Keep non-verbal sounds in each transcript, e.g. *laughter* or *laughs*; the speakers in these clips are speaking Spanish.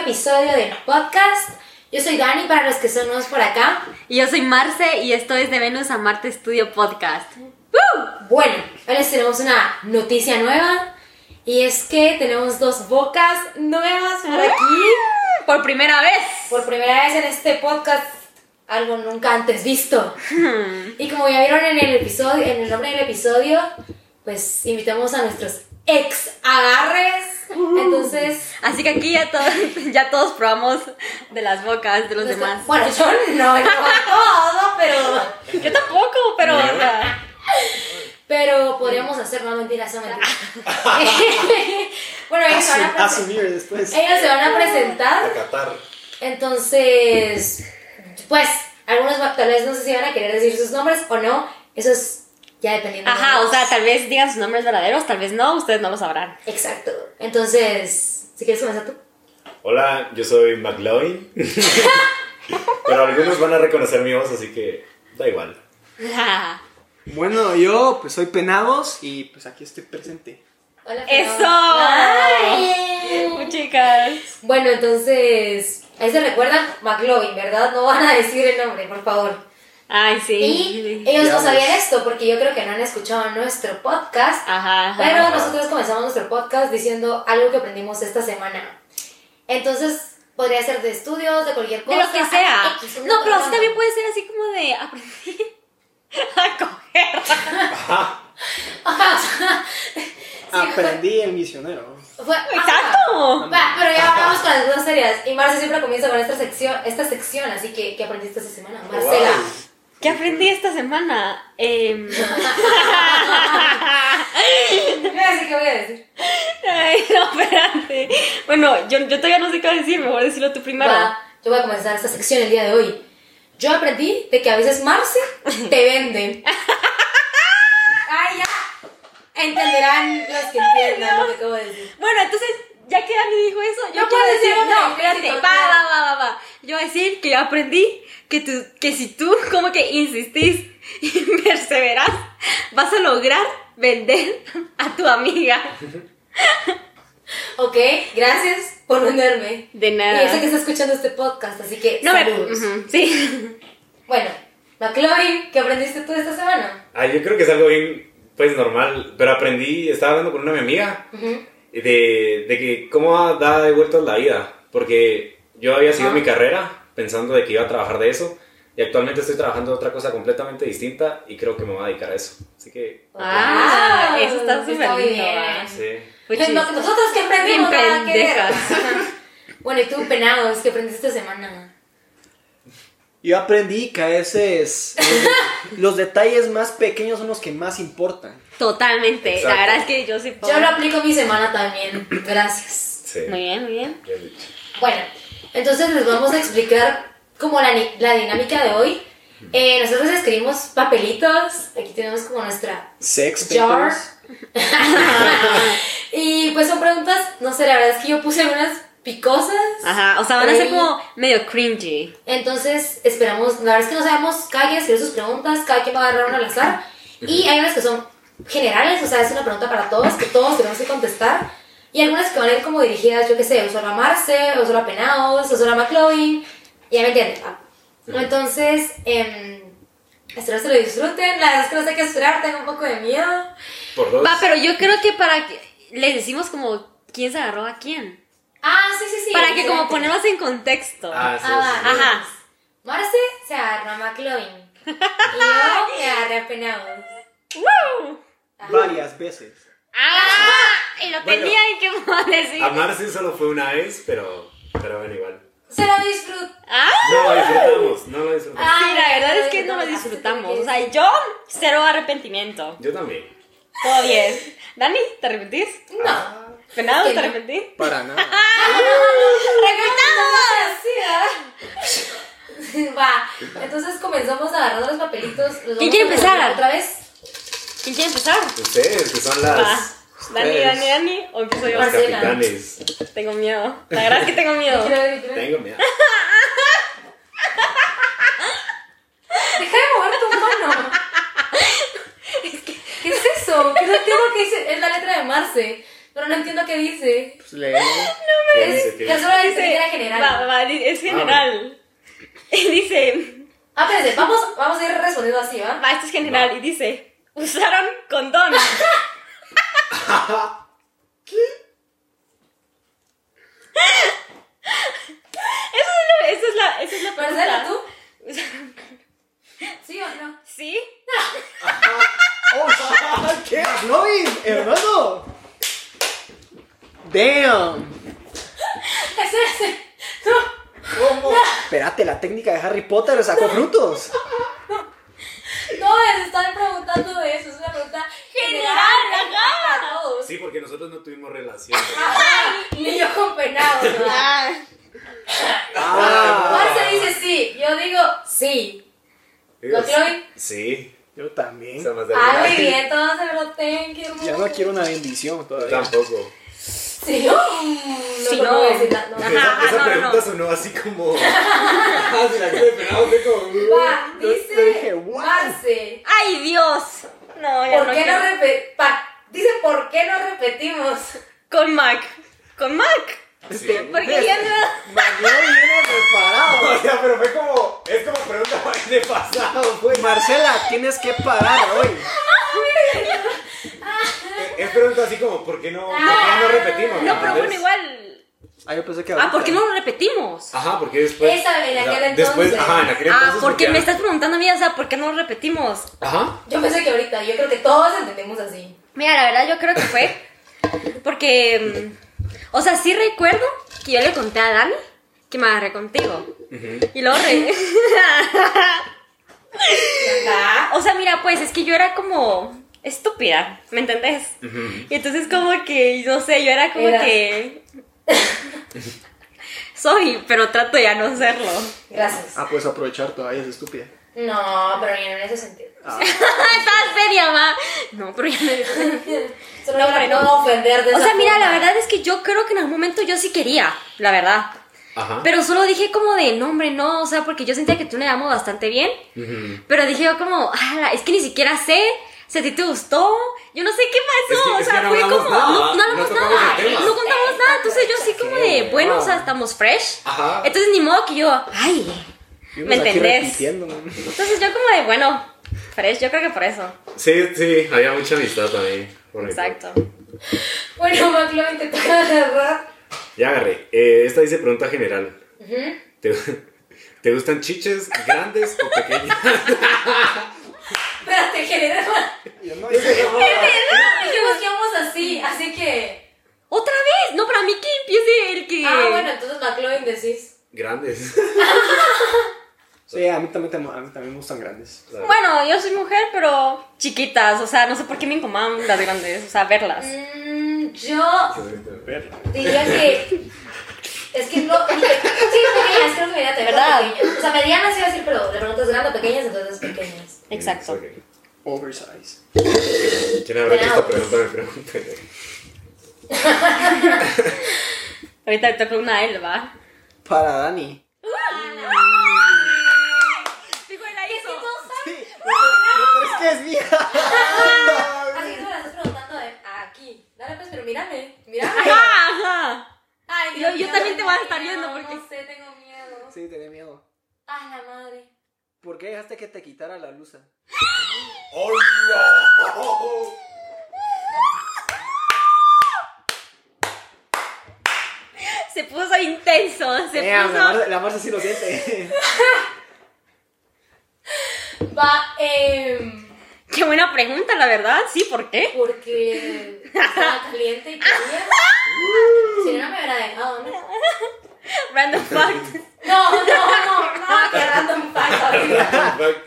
episodio del podcast. Yo soy Dani para los que son nuevos por acá. Y yo soy Marce y esto es de Venus a Marte Estudio Podcast. Bueno, ahora les tenemos una noticia nueva y es que tenemos dos bocas nuevas por aquí. Por primera vez. Por primera vez en este podcast, algo nunca antes *laughs* visto. Y como ya vieron en el episodio, en el nombre del episodio, pues invitamos a nuestros ex agarres. Uh. Entonces, Así que aquí ya todos, *laughs* ya todos probamos de las bocas de los Nuestra- demás. pues, Bueno, yo no, yo todo, pero, Yo tampoco, pero... o sea, pero podríamos hacer no mentiras, no *laughs* mentiras. bueno, ellos se, van a Ah, Asum- presen- asumir después. ellos se van a presentar, Acatar. entonces, pues, algunos va- tal vez no sé si van a querer decir sus nombres o no, eso es ya dependiendo. de Ajá, o sea, ellos. tal vez digan sus nombres verdaderos, tal vez no, ustedes no lo *laughs* sabrán. Exacto. Entonces, si quieres comenzar tú. Hola, yo soy *laughs* McLovin. Pero algunos van a reconocer mi voz, así que da igual. Bueno, yo pues soy Penagos y pues aquí estoy presente. Hola, ¡Eso! Fernando. Ay. Chicas. Bueno, entonces, ahí se recuerdan McLovin, ¿verdad? No van a decir el nombre, por favor. Ay, sí. Y ellos no Veamos. sabían esto porque yo creo que no han escuchado nuestro podcast. Ajá, ajá. Pero nosotros comenzamos nuestro podcast diciendo algo que aprendimos esta semana. Entonces, podría ser de estudios, de cualquier De cosa. Ah, pues, lo que sea. X, un No, pero random. así también puede ser así como de *laughs* aprendí a coger. *laughs* Ajá, o sea, Aprendí el misionero. fue- Exacto. Va, pero ya vamos con las dudas serias. Y Marce siempre comienza con esta sección, esta sección así que, que aprendiste esta semana. Marcela. ¿Qué aprendí esta semana? Em, *laughs* Mira, así que voy a decir. ay, no, espérate. Bueno, yo, yo todavía no sé qué decir, mejor decirlo tú primero. Va, yo voy a comenzar esta sección el día de hoy. Yo aprendí de que a veces Marce te vende. ¡Ay, ya! Entenderán los que entiendan lo que acabo de decir. Bueno, entonces, ya que Dani dijo eso, yo No quiero puedes decir. decir otra No, diferente, espérate, va, claro. va, va, va, va. Yo voy a decir que yo aprendí que, tú, que si tú como que insistís y *laughs* perseveras, vas a lograr vender a tu amiga. Ok, gracias por venderme. De Y yo sé que nada. está escuchando este podcast, así que No me. saludos. Ujú, sí. Bueno, McLovin, ¿qué aprendiste tú esta semana? Ah, yo creo que es algo bien, pues normal. Pero aprendí, estaba hablando con una amiga Ujú. de, de que cómo da de vueltas la vida. Porque yo había sido Ah. mi carrera pensando de que iba a trabajar de eso. Y actualmente estoy trabajando de otra cosa completamente distinta y creo que me voy a dedicar a eso. Así que. Ah, eso está Está súper muy lindo, bien. va. Sí. Puchis. No, Nosotros que aprendimos Bien nada que ver. pendejas. Ajá. Bueno, y tú, Penados, ¿qué aprendiste esta semana? Yo aprendí que a veces los, los detalles más pequeños son los que más importan. Totalmente. La Exacto. verdad es que yo sí puedo. Yo lo aplico mi semana también, gracias. Sí. Muy bien, muy bien. Bien dicho. Bueno, entonces les vamos a explicar como la, ni- la dinámica de hoy. Eh, nosotros escribimos papelitos, aquí tenemos como nuestra... Sex Jar. papers. y pues son preguntas, no sé, la verdad es que yo puse unas picosas. Ajá, o sea, van a ser Ahí. como medio cringy. Entonces esperamos, la verdad es que no sabemos, cada quien escribe sus preguntas, cada quien va a agarrar una al azar. Y hay unas que son generales, o sea, es una pregunta para todos, que todos tenemos que contestar. Y algunas que van a ir como dirigidas, yo qué sé, o solo a Marce, o solo a Penaos, o solo a McLovin. Ya me entienden, ¿va? Entonces, em, espero se lo disfruten. La verdad es que no sé qué esperar, tengo un poco de miedo. Por dos. Va, pero yo creo que para que. Le decimos como quién se agarró a quién. Ah, sí, sí, sí. para que como excelente. ponerlos en contexto. Ah, sí, Ah, sí. va. Ajá. Marce se agarró a McLovin. y *laughs* yo me agarré a Penaos. ¡Woo! Varias veces. ¡Ah! Y lo Bueno. tenía y que puedo decir. A Marce solo fue una vez, pero, pero bueno, igual. Se la disfruté. ¡Ah! No lo disfrutamos, no lo disfrutamos. Ah. Sí, la verdad es que Ay, no lo no, disfrutamos. así O tiene sea, yo cero arrepentimiento. Yo también. Todo bien. Dani, ¿te arrepentís? No. Ah. Es ¿Penado? que no. ¿Te arrepentís? Para nada. Va, entonces comenzamos agarrando los papelitos. los vamos ¿Quién quiere a poner empezar? Otra vez. ¿Quién quiere empezar? Ustedes, que son Va. las, Dani, ustedes. Dani, Dani, o empiezo yo. las Marcela. capitanes. Tengo miedo. La verdad es que tengo miedo. Quiero ver, quiero ver. Tengo *laughs* miedo. Deja de mover tu *laughs* mano. ¿Qué es *laughs* eso? Que no entiendo qué dice. Es la letra de Marce, pero no entiendo qué dice. Pues, le- dice es, que- yo solo Dice, dice, era general. va- va, di- es general. *laughs* Y dice, Ah, espérense, vamos, vamos a ir respondiendo así, ¿va? va, esto es general. Y dice, usaron *laughs* condón. *laughs* Eso es lo- esa es la, esa es la Marcela, *laughs* pregunta. ¿tú? ¿Sí o no? *laughs* ¿Sí? Oh, ¿Qué? ¡Novin! ¡Hermano! ¡Damn! Espérense, tú. Espérate, la técnica de Harry Potter sacó frutos. *laughs* No, les están preguntando de eso, es una pregunta general, General, para todos. Sí, porque nosotros no tuvimos relación. Ni yo con penado, ¿no? Ah. Ah, Marce dice sí, yo digo sí. ¿Lo Chloe? Sí. yo también. Esa más de Ah, muy verdad. bien, todos se lo tengan, qué hermoso. Ya no quiero una bendición Yo todavía. Tampoco. Sí, no. No, Sí, no, no. voy a decir nada, no. Ajá. esa esa no, no, pregunta no. sonó así *laughs* como. Ah, si la quiero de penado, fue como. Va, Yo dice te dije, wow. Marce, ¡Ay, Dios! No, ya ¿por no qué no quiero. repetimos? Dice, ¿por qué no repetimos? Con Mac. Con Mac. Sí. este, Porque ya no... Mañana viene preparado. *laughs* *laughs* O sea, pero fue como. Es como pregunta *laughs* para el *laughs* pasado. Pues, Marcela, tienes que parar hoy. Eh, Es pregunta así como, ¿por qué no, por qué Ah. no repetimos? No, pero ¿Entendés? bueno, igual. Ah, yo pensé que. Ah, ahorita. ¿por qué no lo repetimos? Ajá, porque después. Esa, en o sea, aquel Después, entonces. ajá, en aquel entonces. Ah, porque me era- estás preguntando a mí, o sea, ¿por qué no lo repetimos? Ajá. Yo pensé que ahorita, yo creo que todos entendemos así. Mira, la verdad yo creo que fue porque, mm, o sea, sí recuerdo que yo le conté a Dani que me agarré contigo. Y luego, re- *laughs* Ajá. o sea, mira, pues es que yo era como estúpida, ¿me entendés? Ujú. Y entonces como que, no sé, yo era como Eras. que... Soy, pero trato ya no serlo. *laughs* Gracias. Ah, pues aprovechar todavía es estúpida. No, pero ni en ese sentido. Ah, Estaba seria, ma. No, pero ya no... Solo No, para hombre, no. no ofender de O esa sea, mira, forma. la verdad es que yo creo que en algún momento yo sí quería, la verdad. Ajá. Pero solo dije como de, no, hombre, no, o sea, porque yo sentía que tú le damos bastante bien. Ujú. Pero dije yo como, "Ala, es que ni siquiera sé si a ti te gustó. Yo no sé qué pasó, Es que- o es sea, que no fue hablamos como, nada, no, no no hablamos tocamos nada, el tema. no contamos nada. Entonces yo sí como de, Sí, bueno, o sea, wow. estamos fresh. Ajá. Entonces ni modo que yo, ay. yo ¿Me los aquí entendés? repitiendo, ¿no? Entonces yo como de, bueno, fresh, yo creo que por eso. Sí, sí, había mucha amistad también. por ejemplo. Exacto. Bueno, McLovin, te toca agarrar. Ya agarré. Eh, esta dice pregunta general. ¿Te, te gustan chiches grandes o pequeñas? *laughs* Espérate, general. Yo no dije- Dijimos que íbamos así, así que. Otra vez, no, para mí que empiece el que... Ah, bueno, entonces McLovin decís. grandes. Sí, a mí también, te- a mí también me gustan grandes. Bueno, yo soy mujer, pero chiquitas, o sea, no sé por qué me incomodan las grandes, o sea, verlas. Mm, yo diría que. Es que no. Sí, pequeñas, creo que me te ¿Verdad? pequeñas. O sea, medianas iba a decir, pero la pregunta es grande o pequeñas, entonces pequeñas. Exacto. Ok. Oversize. ¿Quién habrá que esta pregunta me pregunta? Ahorita le toca una elva. Para Dani. Sí, pero es que es mía. Así que tú me la estás preguntando de aquí. Dale, pues, pero mírame. Mírame. *laughs* Ajá, ajá. Ay, Yo- Dios yo mío, también te voy a tengo estar miedo, viendo, porque- No sé, tengo miedo. Sí, tenía miedo. Ay, la madre. ¿Por qué dejaste que te quitara la blusa? Se puso intenso, se Damn, la, puso. Marcia, la Marcia sí lo siente. Va, eh. Qué buena pregunta, la verdad. Sí, ¿por qué? Porque estaba caliente *laughs* y quería. Si no, no me hubiera dejado, ¿no? *laughs* Random fact. No, no, no, no, que random fact ahorita. *laughs*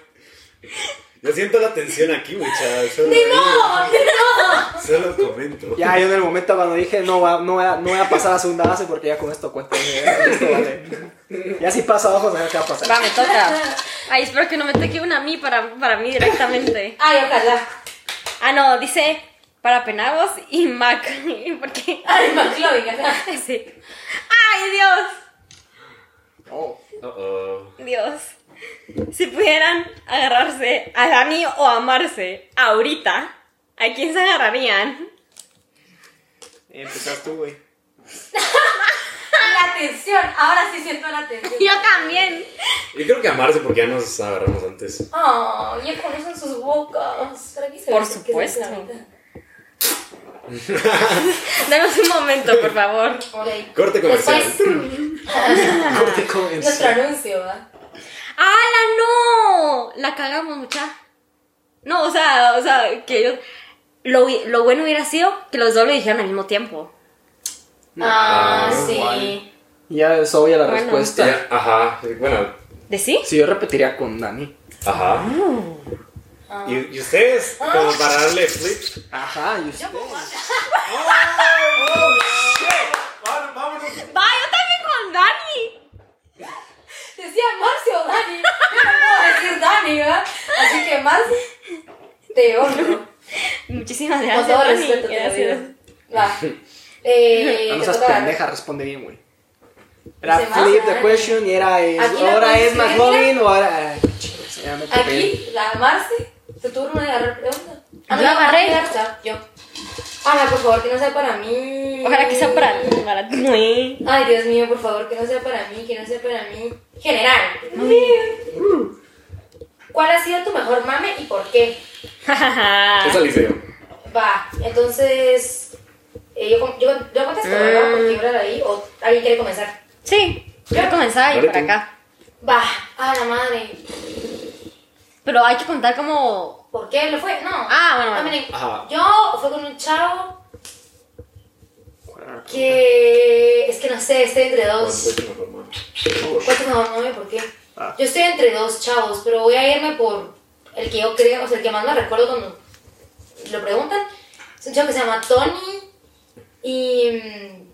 Yo siento la tensión aquí, muchachos. Solo, No, solo comento. ya, yo en el momento cuando dije, no, va, no, voy a, no voy a pasar a segunda base porque ya con esto cuento. Ya, esto vale. ya si pasa abajo, sabes qué va a pasar. Va, me toca. *laughs* Ay, espero que no me toque una a mí para, para mí directamente. Ay, ojalá. Ah, no, dice para penagos y Mac. *laughs* Porque. Ay, McLovin, ajá. *laughs* Sí. ¡Ay, Dios! Oh. Uh-oh. Dios. Si pudieran agarrarse a Dani o amarse ahorita, ¿a quién se agarrarían? Empezás tú, güey. la tensión. Ahora sí siento la tensión. Yo también. Yo creo que amarse porque ya nos agarramos antes. Oh, ya conocen sus bocas. Para que se Por vea que es la supuesto. vida. Danos un momento, por favor. Ok. Corte comercial. Ah, Corte Nuestro comercial. anuncio, ¿va? ¡Ala, no! La cagamos, mucha. No, o sea, o sea, que ellos. Lo, hu- lo bueno hubiera sido que los dos lo dijeran al mismo tiempo. Ah, Ah, sí. igual. Ya es obvia la Bueno. respuesta. Ya, Ajá, bueno, ¿De sí? Si yo repetiría con Dani. ajá. Ah. ¿Y, y ustedes? Como para darle flip. Ajá, y usted. ¡Va, yo también con Dani! Decía Marcio o Dani. Yo no puedo decir Dani, ¿va? Así que Marcio, te honro. Muchísimas Con gracias, todo Dani. respeto, te lo Gracias. digo. Va. Eh, No te seas toca. pendeja, responde bien, güey. Era Se va, se flip va. the question y era es, Aquí la ahora es consecuencia. McLovin o ahora. Ay, chicos, ya me topé. Aquí, la Marce, tu turno de agarrar preguntas. Ah, no, Yo agarré. Yo. yo. Ana, por favor, que no sea para mí. Ojalá que sea para, para ti. güey. Ay, Dios mío, por favor, que no sea para mí, que no sea para mí. General. ¿Cuál ha sido tu mejor mame y por qué? Esa la hice yo. Va, entonces. eh, yo, com- yo, yo contesto, Eh. ¿verdad? Porque yo la leí. O alguien quiere comenzar. *laughs* Sí, yo voy a comenzar y Dale por tú. acá. Va, a la madre. Pero hay que contar como. ¿Por qué lo fue? No. Ah, bueno, bueno. No, miren, Ajá. Yo fue con un chavo que es que no sé, estoy entre dos. ¿Cuál es mejor novio? ¿Por qué? Ah. Yo estoy entre dos chavos, pero voy a irme por el que yo creo, o sea, el que más me recuerdo cuando lo preguntan. Es un chavo que se llama Tony y mm,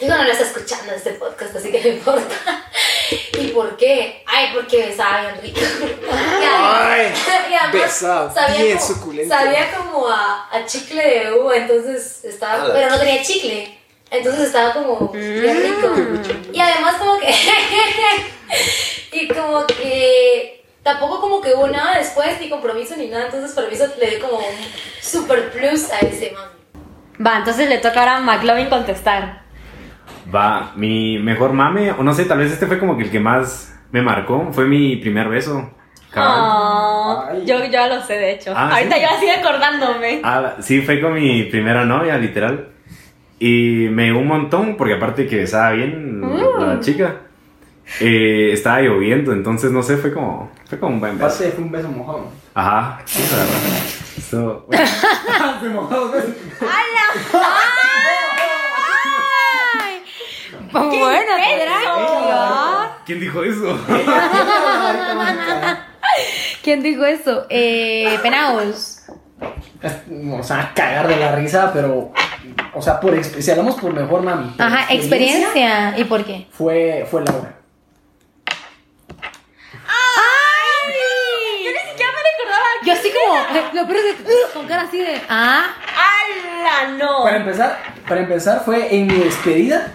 digo no lo está escuchando este podcast, así que no importa. *laughs* ¿Y por qué? Ay, porque besaba bien *laughs* rico. Y *laughs* Ay, y además besaba sabía bien como- suculento. Sabía como a, a chicle de uva, entonces estaba. Ala. Pero no tenía chicle. Ah. Entonces estaba como Mm. bien rico. Y además, como que. *laughs* y como que. Tampoco como que hubo nada después, ni compromiso ni nada. Entonces, para mí, eso le dio como un super plus a ese mami. Va, entonces le toca ahora a McLovin contestar. Va, mi mejor mame, o no sé, tal vez este fue como que el que más me marcó, fue mi primer beso. cabal. Oh, Ay. yo ya lo sé, de hecho. Ah, Ahorita ¿sí? yo así acordándome. Ah, sí, fue con mi primera novia, literal. Y me dio un montón, porque aparte que besaba bien la chica, eh, estaba lloviendo, entonces no sé, fue como, fue como un buen beso. Aparte, fue un *laughs* beso *laughs* mojado. Ajá, sí, la verdad. Estuvo- bueno. Ah, ¡Ay! bueno, Pedro! ¿Quién dijo eso? *laughs* ¿Quién dijo eso? Eh, Penaos. *laughs* O sea, cagar de la risa, pero. O sea, por exp- si hablamos por mejor mami. por Ajá, experiencia. ¿Y por qué? Fue, fue Laura. ¡Ay! Yo ni siquiera me recordaba. Yo así eh, como, lo peor con cara así de, ¡ah! ¡Hala, no! Para empezar, para empezar fue en mi despedida.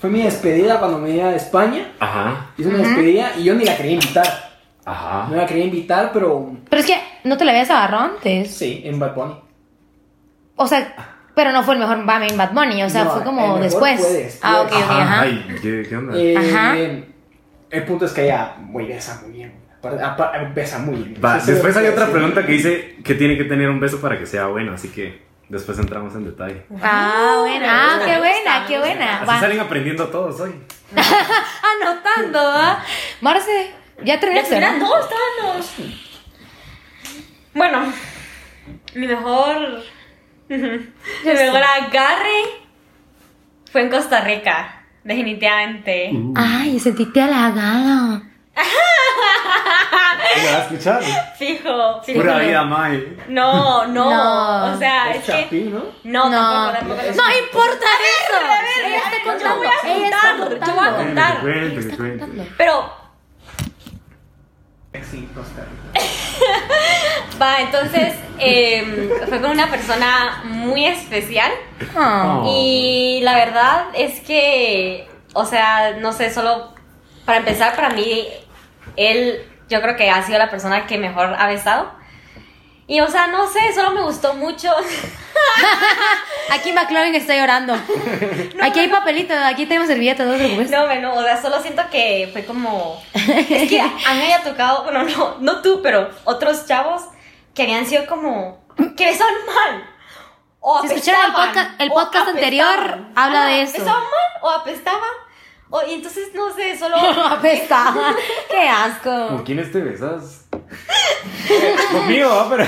Fue mi despedida cuando me iba a España. Ajá, Hice una despedida y yo ni la quería invitar. ajá. No la quería invitar, pero Pero es que no te la habías agarrado antes. sí, en Bad Bunny. O sea, pero no fue el mejor Batman en Bad Bunny, o sea, No, fue el como mejor después. fue después. Ah, ok, ok, Ajá, ajá. Ay, ¿qué, qué onda? Eh, Ajá. El punto es que ella muy besa muy bien. Aparte- apa- Besa muy bien. Va, Eso es después lo hay que otra decir. pregunta que dice que tiene que tener un beso para que sea bueno, así que después entramos en detalle. Ah, buena. Ah, qué buena, qué buena. Así Va. salen aprendiendo todos hoy. Anotando, ¿ah? Marce, ya terminaste. Eran ¿no? dos, estaban dos. Bueno, mi mejor. *laughs* Mi mejor agarre fue en Costa Rica, definitivamente. Ay, sentiste halagada. ¿Lo vas a escuchar? Fijo, fijo. Pura vida, Mae. No, no, No. O sea, Es es que. Chapín, ¿no? No, No, no, no tampoco, tampoco. importa eso. A ver, Ella está yo voy a contando, ella está contar, yo voy a contando. contar. Cuente, Está que contando. cuente. Pero, Sí, Costa Rica. *laughs* va, entonces em, fue con una persona muy especial. Ah. Y la verdad es que, o sea, no sé, solo para empezar, para mí, él, yo creo que ha sido la persona que mejor ha besado. Y, o sea, no sé, solo me gustó mucho. *laughs* Aquí McLovin está llorando. aquí hay papelitos, aquí tenemos servilletas, no te preocupes. No, bueno, o sea, solo siento que fue como. *laughs* Es que han haya tocado, bueno, no, no tú, pero otros chavos que habían sido como. que besaban mal. O Si escucharon el apestaban, Ah, podcast- el o podcast anterior, apestaban. habla de eso. Besaban mal o apestaban. O, y entonces, no *laughs* sé, solo. Apesta. Qué asco. ¿Con quiénes te besas? Conmigo, ah, pero.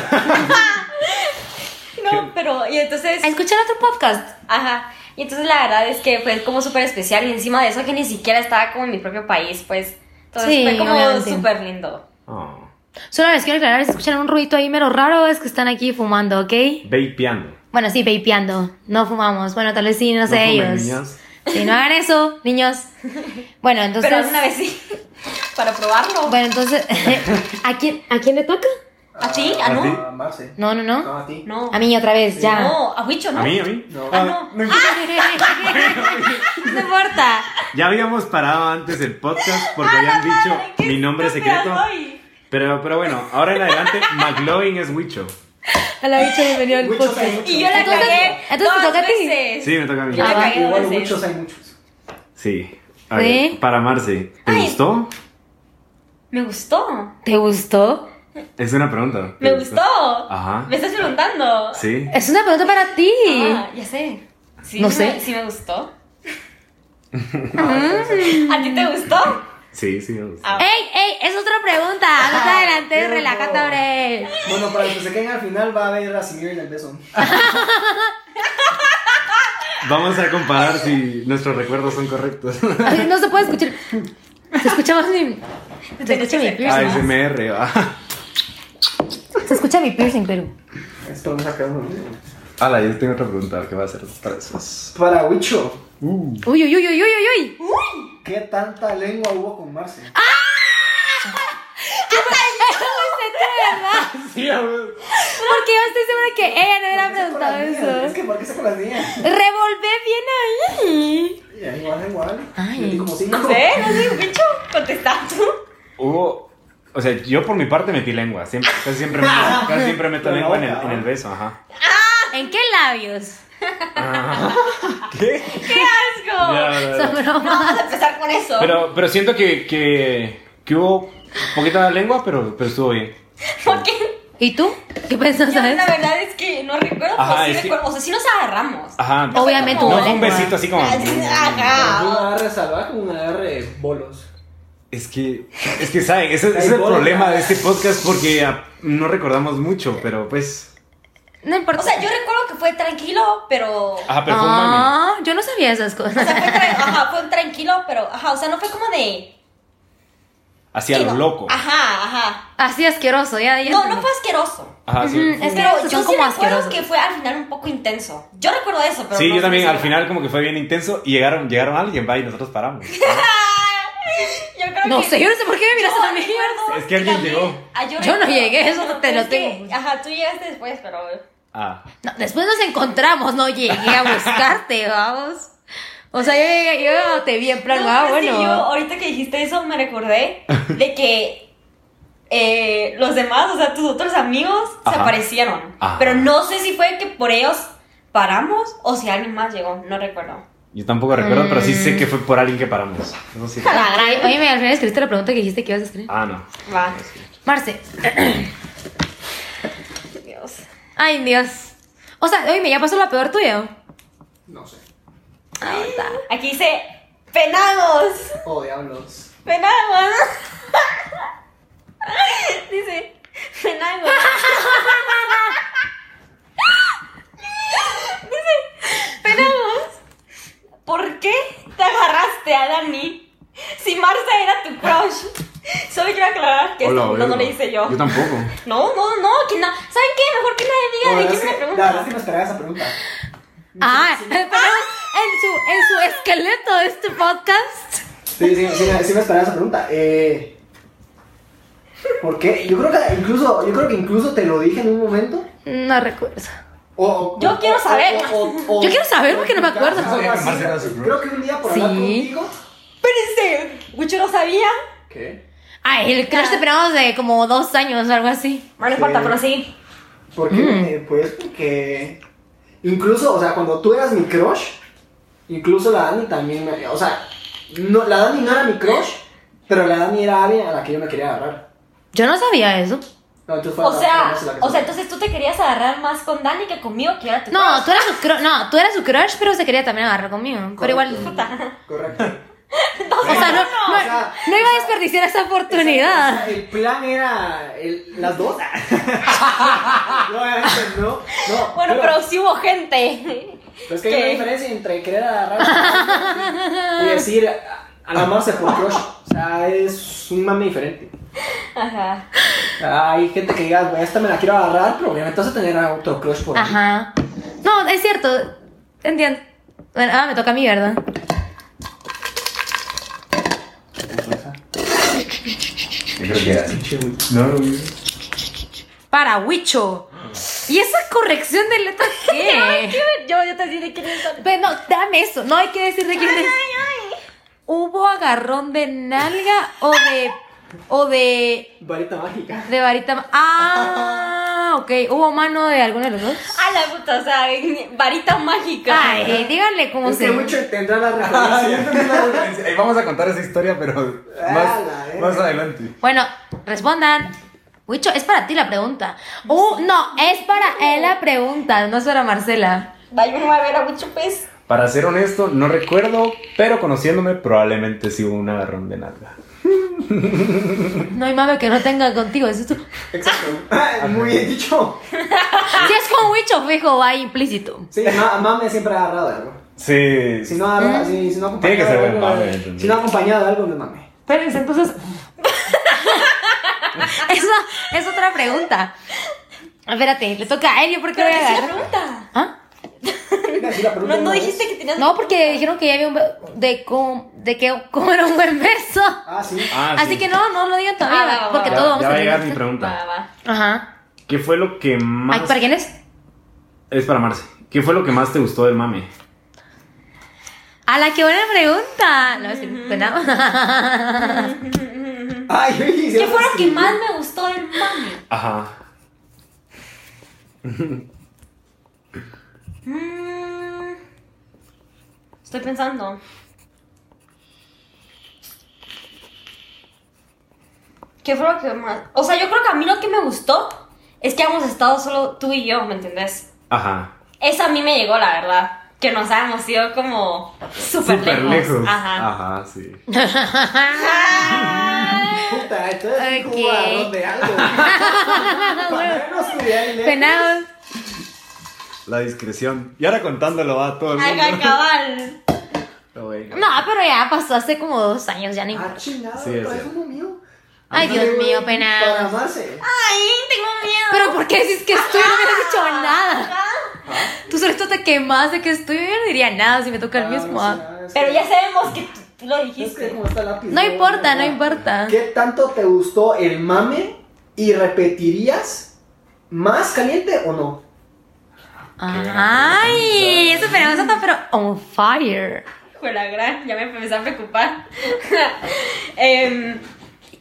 No, pero. Y entonces. Escuchar otro podcast. Ajá. Y entonces la verdad es que fue como súper especial y encima de eso que ni siquiera estaba como en mi propio país, pues. Entonces Sí, fue como obviamente. súper lindo. Oh, Solo les quiero aclarar, si escuchan un ruido ahí mero raro, es que están aquí fumando, ¿ok? vapeando. Bueno, sí, vapeando. No fumamos. Bueno, tal vez sí, no sé No fumen, ellos. niñas. Sí, no hagan eso, niños. Bueno, entonces. pero alguna vez sí, *laughs* para probarlo. Bueno, entonces. *laughs* ¿A quién, ¿A quién le toca? ¿A ti? ¿A no? ti? Ah, A Marce. No, no, no. No, a ti. No. A mí otra vez, ya. No, a Huicho, ¿no? A mí, a mí. No. Ah, no. *laughs* no importa. Ya habíamos parado antes el podcast porque habían Ay, dicho qué mi nombre estúpida secreto. soy. Pero, pero bueno, ahora en *laughs* adelante, McLovin es Wicho. A la bicha bienvenida al Muchos hay podcast. muchos. Y yo la Entonces- cagué. entonces te dos toca a ti. veces. Sí, me toca a mí. Yo la Ah, cagué dos Igual veces. muchos hay muchos. Sí. A ver, ¿Sí? para Marce, ¿te Ay. gustó? Me gustó. ¿Te gustó? Es una pregunta. ¿Te Me gustó. Ajá. Me estás preguntando. Sí. Es una pregunta para ti. Ah, ya sé. Sí, No sí sé. me- sí me *laughs* gustó. *laughs* ¿A ti te gustó? Sí, sí, me gustó. Ah, ¡Ey, ey! Es otra pregunta. *laughs* No te adelantes, Dios, relájate, no. hombre. Bueno, para los que se queden al final va a haber a Simir en el beso. Vamos a comparar si nuestros recuerdos son *laughs* correctos. Ay, No se puede escuchar. Se escucha más mi. Se Tienes escucha que mi acercar. piercing. ASMR, va. Se escucha mi piercing, pero. Esto no sacaron un video. Hala, yo tengo otra pregunta ¿qué va a hacer para esos? Para Wicho, Uy, uy, uy, uy, uy, uy. uy. ¿qué tanta lengua hubo con Marce? Porque yo estoy segura que ella no hubiera preguntado Es eso. que ¿por qué sacan las niñas? Revolvé bien ahí. Ya, Igual, igual. Ay. Yo di como cinco. No sé, no sé, bicho. Contesta *laughs* tú. Hubo. O sea, yo por mi parte metí lengua. Siempre, casi siempre meto, *laughs* casi siempre meto Con la lengua en el, boca, en el ¿no? beso, ajá. ¿En qué labios? ¿Qué? Ah. *laughs* ¡Qué asco! Ah, Son bromas. Vamos a empezar con eso. Pero, pero siento que, que, que hubo poquita de lengua, pero, pero estuvo bien. Porque ¿Y tú? ¿Qué pensas, yo la sabes? verdad es que no recuerdo, pero Ajá, sí es que- recuerdo. O sea, sí nos agarramos. Ajá. Obviamente No hubo fue un lengua. besito *laughs* así como. Pero fue Ajá. Una R salvaje, una R bolos. Es que, es que, ¿saben? Ese, ese es el problema de este podcast porque ah, no recordamos mucho, pero pues. No importa. O sea, yo recuerdo que fue tranquilo, pero. O Ajá, pero fue un mame. Ah, yo no sabía esas cosas. sea, fue, tra- ajá, fue tranquilo, pero. Ajá, o sea, no fue como de. Hacia que lo no- Ah. loco. Ajá, ajá. Así asqueroso, ya. ya No, entendí. no fue asqueroso. Ajá, sí. Ujú, Es que pero esos yo son sí como recuerdo asquerosos. que fue al final un poco intenso. Yo recuerdo eso, pero. Sí, no yo también sé si- al final como que fue bien intenso y llegaron, llegaron alguien, va, y nosotros paramos. *laughs* Yo creo No que. sé, yo no sé por qué me miraste a mí. recuerdo Es que alguien también- llegó. Ah, yo, Yo no recuerdo- llegué, *laughs* eso te pero lo es que- tengo. Ajá, tú llegaste después, pero. Ah. No, después nos encontramos, no llegué a buscarte, vamos. O sea, yo, llegué- yo te vi en plan, No, ah, pero es que bueno. yo, ahorita que dijiste eso, me recordé de que eh, los demás, o sea, tus otros amigos se Ajá. aparecieron. Ajá. Pero no sé si fue que por ellos paramos o si alguien más llegó, no recuerdo. Yo tampoco recuerdo, pero sí sé que fue por alguien que paramos. Eso sí. Ah, caray, Oye, me al final escribiste la pregunta que dijiste que ibas a escribir. Ah, no. Va. Marce, Dios. ay Dios. O sea, oye, ya pasó la peor tuya. No sé. Ah, está. Aquí dice, penagos, Oh, diablos. penagos. dice, penagos. dice, penagos. ¿Por qué te agarraste a Dani? Si Marcia era tu crush. Solo quiero aclarar que Hola, esto no, no verga. lo hice yo. Yo tampoco. No, no, no, que na- ¿Saben qué? Mejor que nadie diga de Oh, quién es es la que- pregunta. La verdad es que me esperaba esa pregunta. Ah, *laughs* pero en su, en su esqueleto de este podcast. Sí, sí, sí, sí me esperaba esa pregunta. Eh, ¿Por qué? Yo creo que incluso, yo creo que incluso te lo dije en un momento. No recuerdo. O- o- Yo quiero saber. Yo quiero saber porque no me acuerdo. Algo Sabía que así. Marce era su crush. Creo que un día por hablar Sí. contigo. Espérense, Gucho no sabía. ¿Qué? Ay, el crush te penamos de como dos años o algo así. Mm. Bueno, no importa, pero sí. ¿Por qué? Eh, Pues porque Incluso, o sea, cuando tú eras mi crush, incluso la Dani también me. O sea, no, la Dani no era mi crush, pero la Dani era alguien a la que yo me quería agarrar. Yo no sabía eso. No, entonces fue O la- sea, la- la que o se- sea, entonces tú te querías agarrar más con Dani que conmigo, que era tu No, tú eras su crush, no, tú eras su crush, pero se quería también agarrar conmigo. Pero igual. Correcto. O sea, no, no, O sea, no iba a desperdiciar esa O sea, oportunidad. El plan era el- las *laughs* dos. *laughs* no, obviamente no. no Bueno, pero sí hubo gente. Pero es que hay una ¿Qué? diferencia entre querer agarrar y decir a- a la amarse por crush. O sea, es un mame diferente. Ajá. Hay gente que diga, "Güey, esta me la quiero agarrar, pero obviamente vas a tener a otro crush por ahí. Ajá. No, es cierto. Entiendo. Bueno, ah, me toca a mí, ¿verdad? Yo creo que era. No, güey. Para Huicho. ¿Y esa corrección de *laughs* letra qué? Yo, yo te diré quién es Dani. Pero no, dame eso. No hay que decir de quién es. ¿Hubo agarrón de nalga o de. o de. Varita mágica. de varita. ma- Ah, ok. ¿Hubo mano de alguno de los dos? A la puta, o sea, varita mágica. Ay, eh, díganle cómo Es se. que mucho tendrá *laughs* la Ah, referencia. Ahí vamos a contar esa historia, pero Ah, la más, verga. más adelante. Bueno, respondan. Huicho, es para ti la pregunta. Uh, no, es para él la pregunta, no es para Marcela. Vaya uno a ver a mucho pez. Para ser honesto, no recuerdo, pero conociéndome, probablemente sí hubo un agarrón de nalga. No hay mame que no tenga contigo, eso es *laughs* tú. Exacto. *laughs* Muy bien dicho. Si es con Huicho, fijo, va implícito. Sí, ma- mame siempre ha agarrado de algo. Sí. Si no, ¿Eh? agarra- si, si no acompañado Tiene que ser de buen algo, mame, eh, entonces. Si no acompañado de algo, no es mame. Espérense, *laughs* entonces. Esa es otra pregunta. Espérate, le toca a Elio porque voy a Pero te hice la agarrar. pregunta. ¿Ah? Mira, si la pregunta No, no una vez- dijiste que tenías. No, porque dijeron que ya había un. be- de cómo, de que, cómo era un buen verso. Ah, sí. Ah, Así sí. que no, no lo digan todavía, Ah, va, va, va, porque Ya, todos vamos ya a va a terminar llegar mi esto. Va, pregunta. va. Ajá. ¿Qué fue lo que más. Ay, ¿Para quién es? Es para Marce. ¿Qué fue lo que más te gustó del mame? A la que buena pregunta. No, es que pues, *laughs* nada. Ay, oye, ¿Qué fue lo que más me gustó del mami? Ajá. Mm, Estoy pensando. ¿Qué fue lo que más? O sea, yo creo que a mí lo que me gustó es que hemos estado solo tú y yo, ¿me entendés? Ajá. Esa a mí me llegó, la verdad. Que nos hayamos ido como súper Súper lejos. lejos. Ajá. Ajá, sí. Puta, entonces sí Ok. hubo agarrón *laughs* de algo. Para no estudiar y leer. Penado. La discreción. Y ahora contándolo a todo el *laughs* mundo. Oh, Ajá, cabal. *laughs* Pero bueno. No, pero ya pasó hace como dos años, ya ni. Ah, chingado, Sí, es pero es cierto. uno mío. Ay, Ah, Dios sí, mío, güey, penal. Ah, Para amarse. Ay, tengo miedo. Pero ¿por qué dices que estoy? No hubieras dicho nada. Ah. Tú solito te quemas de que estoy. Yo no diría nada si me toca el Ah, mismo. no ah. sé, ah, es Pero que- ya sabemos que tú- tú lo es que dijiste. como está lápiz, No importa, no ah. importa. ¿Qué tanto te gustó el mame y repetirías más caliente o no? *laughs* Ay, eso penado está, pero on fire. Fue la gran, ya me empecé a preocupar. *laughs* Em,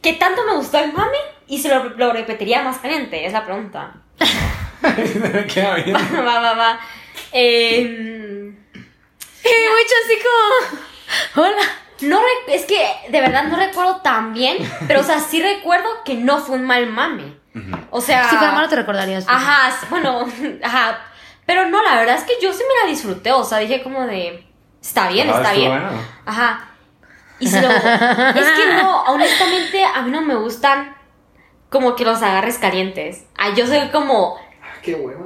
¿Qué tanto me gustó el mame? Y se lo, lo repetiría más caliente, es la pregunta. *laughs* Me queda bien. Va, va, va, va. *laughs* Em, Y mucho así como. Hola. no re- es que de verdad no recuerdo tan bien, pero o sea, sí recuerdo que no fue un mal mame. O sea. Si fuera malo te recordarías. Ajá, s- bueno, *laughs* ajá. Pero no, la verdad es que yo sí me la disfruté, o sea, dije como de. Está bien, Ajá, está Ah, estuvo bien. bueno. Ajá. Y se lo- es que *laughs* no, honestamente, a mí no me gustan como que los agarres calientes. Ah, yo soy como. Ah, Qué hueva.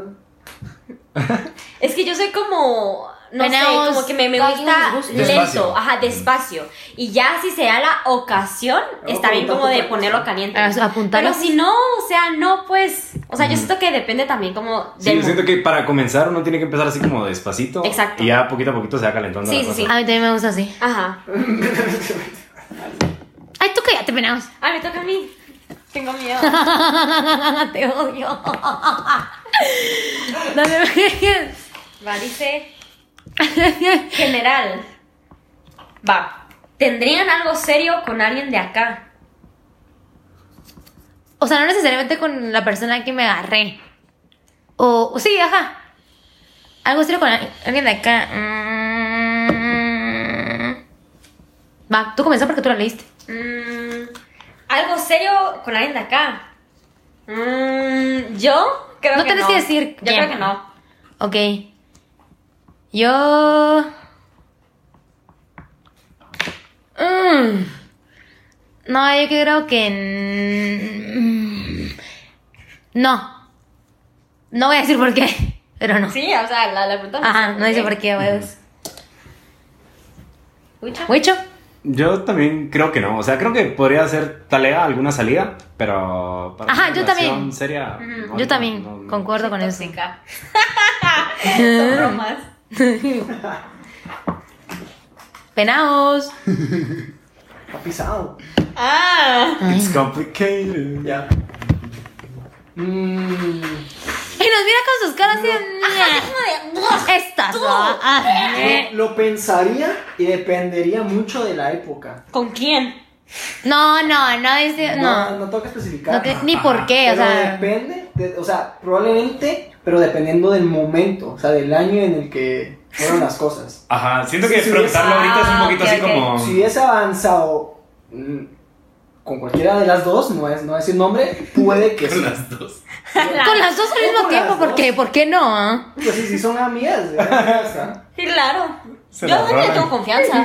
Es que yo soy como. No Tenemos sé, como que me, me algunos gusta gustos. lento, Despacio. ajá, despacio. Y ya si se da la ocasión, Vamos está bien preguntando como de otra cosa. ponerlo caliente. Ah, apuntarlo. Pero si no, o sea, no, pues. O sea, yo siento que depende también como Sí, del yo siento que para comenzar uno tiene que empezar así como despacito. Exacto. Y ya poquito a poquito se va calentando Sí, la sí, cosa. sí. A mí también me gusta así. Ajá. *laughs* Ay, tú cállate, penados. Ah, me toca a mí. Tengo *laughs* miedo. Te odio. *laughs* Dame Va, dice. General. Va. ¿Tendrían algo serio con alguien de acá? O sea, no necesariamente con la persona que me agarré. O, o sí, ajá. Algo estilo con al- alguien de acá. Mm. Va, tú comienza porque tú la leíste. Mm, algo serio con alguien de acá. Mm, yo creo No que tenés no. que decir Yo quién. creo que no. Ok. Yo. Mm. No, yo creo que. n- mm. No. No voy a decir por qué, *laughs* pero no. Sí, o sea, la, la pregunta Ajá, no dice por qué, huevos. Ucha. ¿Huicho? Yo también creo que no. O sea, creo que podría ser tarea alguna salida, pero. para Ajá, una yo también. relación Seria, Mm. no, Yo también no, no. concuerdo con eso. *laughs* Tóxica. Son bromas. Penaos. Está pisado. Ah. It's complicated. Ya. Mmm. Y nos mira con sus caras así de. Estas. ¿no? Ah, eh. Lo pensaría y dependería mucho de la época. ¿Con quién? No, no, no dice. No, No. no tengo que especificar. No te- ni por qué, o Pero sea. depende, de- o sea, probablemente, pero dependiendo del momento, o sea, del año en el que fueron las cosas. Ajá, siento Sí, que sí, preguntarlo sí. ahorita es un Ah, poquito ok, así ok. como. Si hubiese avanzado mm, con cualquiera de las dos, no es, no es el nombre, puede que sí. Con *laughs* las dos. Con las dos al mismo Con las tiempo, ¿por dos. qué? ¿Por qué no? ah? Pues sí, sí son amigas. ¿verdad? O sea, Sí, claro. Se yo la también le roban. tengo *laughs* confianza.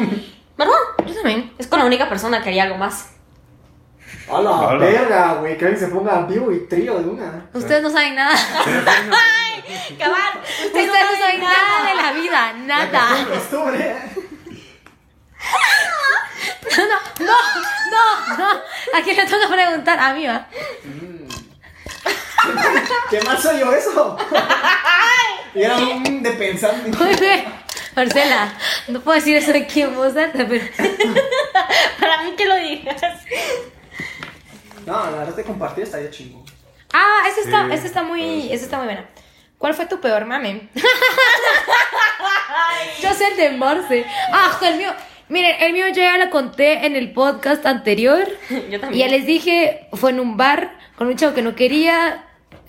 ¿Verdad? Yo también. Es con la única persona que haría algo más. A la Hola. verga, güey, que alguien se ponga vivo y trío de una. Ustedes no saben nada. Cabal. Ustedes no saben nada de la vida. Nada. La costumbre. No, no, no, no. ¿A quién le toca preguntar? A mí va. ¿Qué mal soy yo eso? Y era un de pensando. Muy bien. Marcela, no puedo decir eso aquí en voz alta, pero. *laughs* Para mí que lo digas. No, la verdad de compartir estaría chingo. Ah, esa está, Sí, esa está muy. Esa está muy buena. ¿Cuál fue tu peor mame? yo sé el de Marce. Ah, el mío. Miren, el mío yo ya lo conté en el podcast *laughs* anterior. Yo Y ya también. les dije, fue en un bar con un chavo que no quería,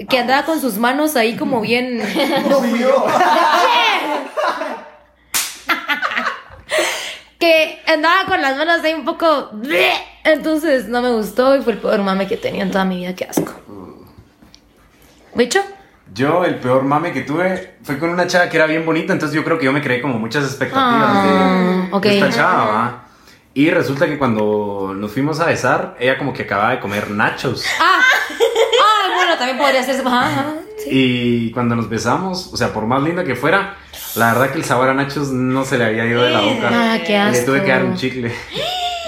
que andaba con sus manos ahí como *laughs* bien. No vio. que andaba con las manos ahí un poco. Entonces no me gustó y fue el peor mame que tenía en toda mi vida, qué asco. ¿Bicho? Yo, el peor mame que tuve fue con una chava que era bien bonita, entonces yo creo que yo me creé como muchas expectativas Ah, de, ok. de esta chava, ¿va? Y resulta que cuando nos fuimos a besar, ella como que acababa de comer nachos. ¡Ah! ¡Ah! Bueno, también podría ser. Ajá, ajá, sí. Y cuando nos besamos, o sea, por más linda que fuera, la verdad que el sabor a nachos no se le había ido de la boca. ¡Ah, qué Y asco! Le tuve que dar un chicle.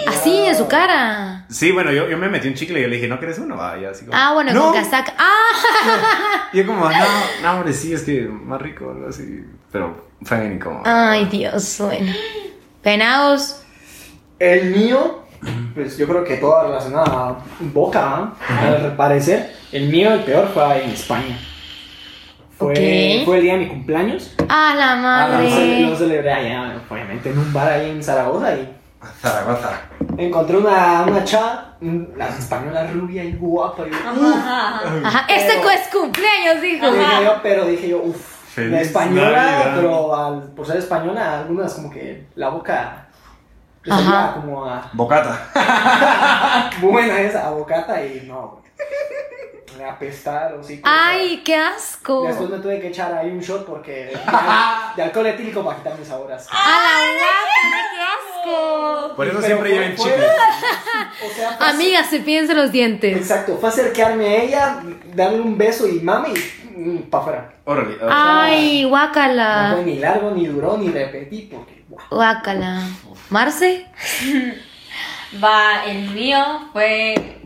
Así, en su cara. Sí, bueno, yo, yo me metí un chicle y yo le dije, ¿no querés uno? Va, y así como, Ah, bueno, "No". con casaca. ¡Ah! Y yo como, no, no, hombre, sí, es que más rico, algo así. Pero fue bien incómodo. Ay, Dios, bueno. Penados. El mío, pues yo creo que todo relacionado a boca, ¿ah? al parecer. El mío, el peor, fue en España. Fue, Ok. fue el día de mi cumpleaños. ¡Ah, la Ah, lo cele- madre! lo celebré allá, obviamente, en un bar ahí en Zaragoza. Y Zaragoza. encontré una, una chava, un- la española rubia y guapa. Y yo, "Uf". Ajá, este Pero- es cumpleaños, dijo. Pero dije yo, pero dije yo, uff, Feliz la española, Navidad. pero al- por ser española, algunas como que la boca le Ajá. salía como a Bocata. buena esa, a bocata y no, me *laughs* apestaron, sí. Ay, qué asco. Después me tuve que echar ahí un shot *laughs* porque de, de alcohol etílico para quitar mis sabores. A la guapa, qué asco. Por eso Pero siempre fue- llevan fue- chicles. *laughs* O sea, fue Amiga, se piensa los dientes. Exacto, fue acercarme a ella, darle un beso y mami, mm, y para afuera. Órale. Ah. Ay, No guácala. fue ni largo, ni duró, ni repetí porque, guau. Guácala. ¿Marce? Va, el mío fue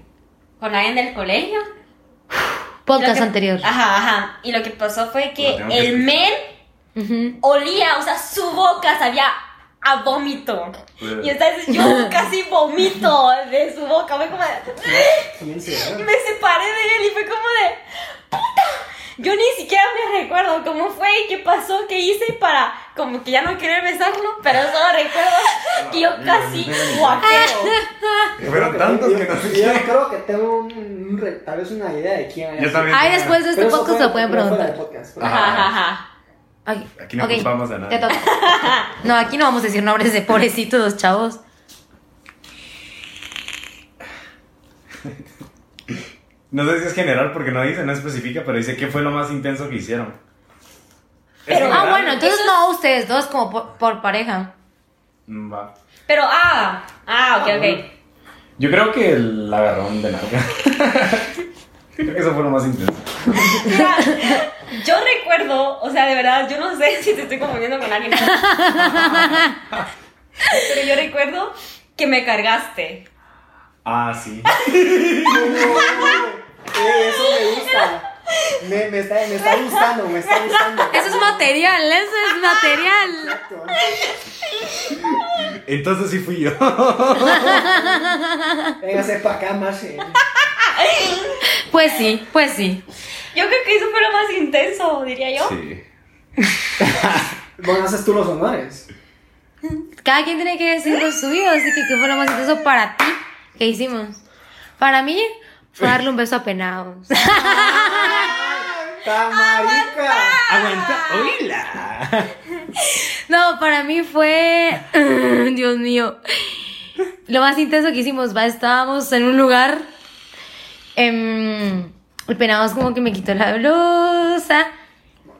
con alguien del colegio. Lo Podcast que- anterior. Ajá, ajá. Y lo que pasó fue que Lo tengo que el escuchar. men Ujú. olía, o sea, su boca sabía a vómito. Pues. Y entonces yo casi vomito de su boca. Fue como de. Bien se Y ve. me separé de él y fue como de. ¡Puta! Yo ni siquiera me recuerdo cómo fue y qué pasó, qué hice para como que ya no querer besarlo, pero solo recuerdo que yo casi guapeo. Fueron tantos que no sé Yo quién. creo que tengo un, un re- tal vez una idea de quién es. Yo también. Ay, después de este Pero eso podcast fue- lo pueden pero fuera del preguntar. podcast, Ah. porque- Ajá, ajá. Ay, Aquí no ok, culpamos a nadie. te toca. No, aquí no vamos a decir nombres de pobrecitos los chavos. No sé si es general porque no dice, no especifica, pero dice qué fue lo más intenso que hicieron. Pero- Ah, general? bueno, entonces no ustedes dos como por, por pareja. Mm, Va. Pero, ah, ah, ok, ok. Yo creo que el agarrón de narca. *laughs* creo que eso fue lo más intenso. Mira, yo recuerdo, o sea, de verdad, yo no sé *laughs* si te estoy confundiendo con alguien. Pero yo recuerdo que me cargaste. Ah, sí. Eh, eso me gusta. Me, me está, me está gustando, me está gustando. Eso es material, eso es material. Exacto. Entonces sí fui yo. Véngase para acá, Marce. Pues sí, pues sí. Yo creo que eso fue lo más intenso, diría yo. Sí. Bueno, haces tú los honores. Cada quien tiene que decir lo suyo, así que qué fue lo más intenso para ti que hicimos. Para mí fue darle un beso a penados. ¡Tamarica! Aguanta. Ah. ¡Hola! No, para mí fue. *laughs* Dios mío. Lo más intenso que hicimos, va, estábamos en un lugar. em, el penados como que me quitó la blusa.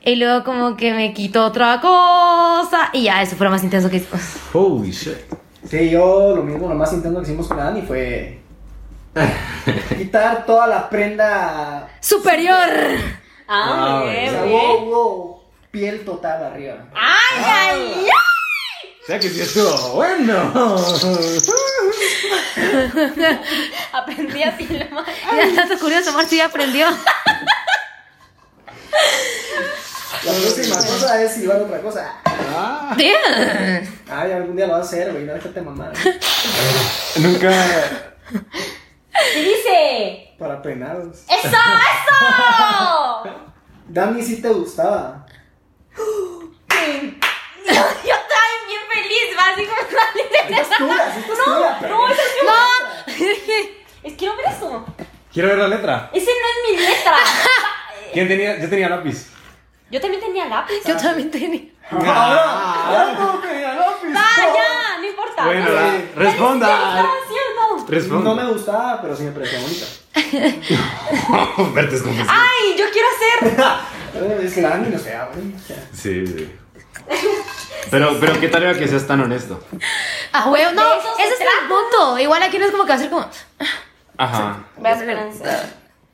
Y luego como que me quitó otra cosa. Y ya, eso fue lo más intenso que hicimos. Holy shit. Sí, yo lo mismo, lo más intenso que hicimos con Dani *laughs* fue quitar toda la prenda. ¡Superior! Ah, muy Ah, O bien, sea, muy bien. wow, wow, piel total arriba. O sea que sí estuvo bueno. Aprendí así lo más. *laughs* Ya, dato curioso, Marci ya aprendió. La próxima cosa es silbar otra cosa. Ah, Damn. Ay, algún día lo vas a hacer, güey, no déjate mamar. nunca. Y dice: Para penados. ¡Eso, eso! Dani sí te gustaba. *laughs* yo estaba bien feliz, va así como Esta es tuya, sí, esta es tuya. pero- No, *laughs* eso es mi Es que no ver eso. Quiero ver la letra. Ese no es mi letra. ¿Quién tenía? Yo tenía lápiz. Yo también tenía lápiz. Yo también tenía. Ahora, ahora como que ya no, pues, ¡Vaya! Ah, No importa. Ah, Bueno, la- Estaba responda. haciendo? no. Responda. No me gustaba, pero sí me parecía bonita. *laughs* Verte es confesión. ¡Ay! Yo quiero hacer. Pero Es que la Dani no se da, güey. o sea, *laughs* Sí, sí. Pero, pero qué tal era que seas tan honesto. Ah, huevo, no, De eso se ese es el punto. Igual aquí no es como que hacer como. Ajá. Vea, espérense.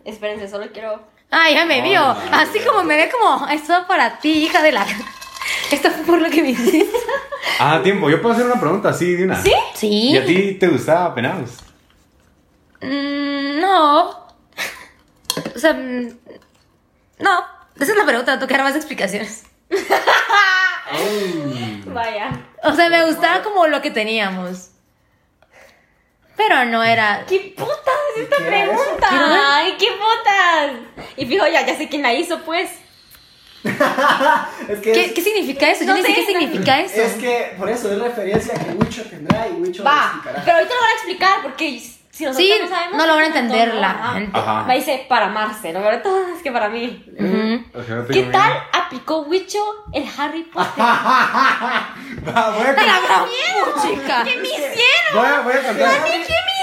Espérense, solo quiero. Ay, ya me vio. Así como me ve como, esto va para ti, hija de la. *laughs* Esto fue por lo que me hiciste. Ah, tiempo. Yo puedo hacer una pregunta así de una. ¿Sí? Sí. ¿Y a ti te gustaba Penados? Mm, no. O sea, mm, no. Esa es la pregunta, tengo que dar más explicaciones. Vaya. O sea, me gustaba como lo que teníamos. Pero no era. ¡Qué putas es esta ¿Qué era eso? pregunta! ¡Ay, qué putas! Y fijo, ya, ya sé quién la hizo, pues. Es que ¿Qué, es- qué significa eso? Yo No ni sé sé, qué no- significa eso. Es que por eso es referencia que Wicho tendrá y Wicho lo Va. explicará. *laughs* Pero ahorita lo van a explicar porque si nosotros Sí, no sabemos. no logra entonces, entender la ajá. gente. Ajá. Va dice para amarse, lo verdad es que para mí. Ujú. ¿Qué tal aplicó Wicho el Harry Potter? Va, voy, a ¡A la con- gran puchica! ¡Me hicieron! voy a, voy a contar. ¿Qué me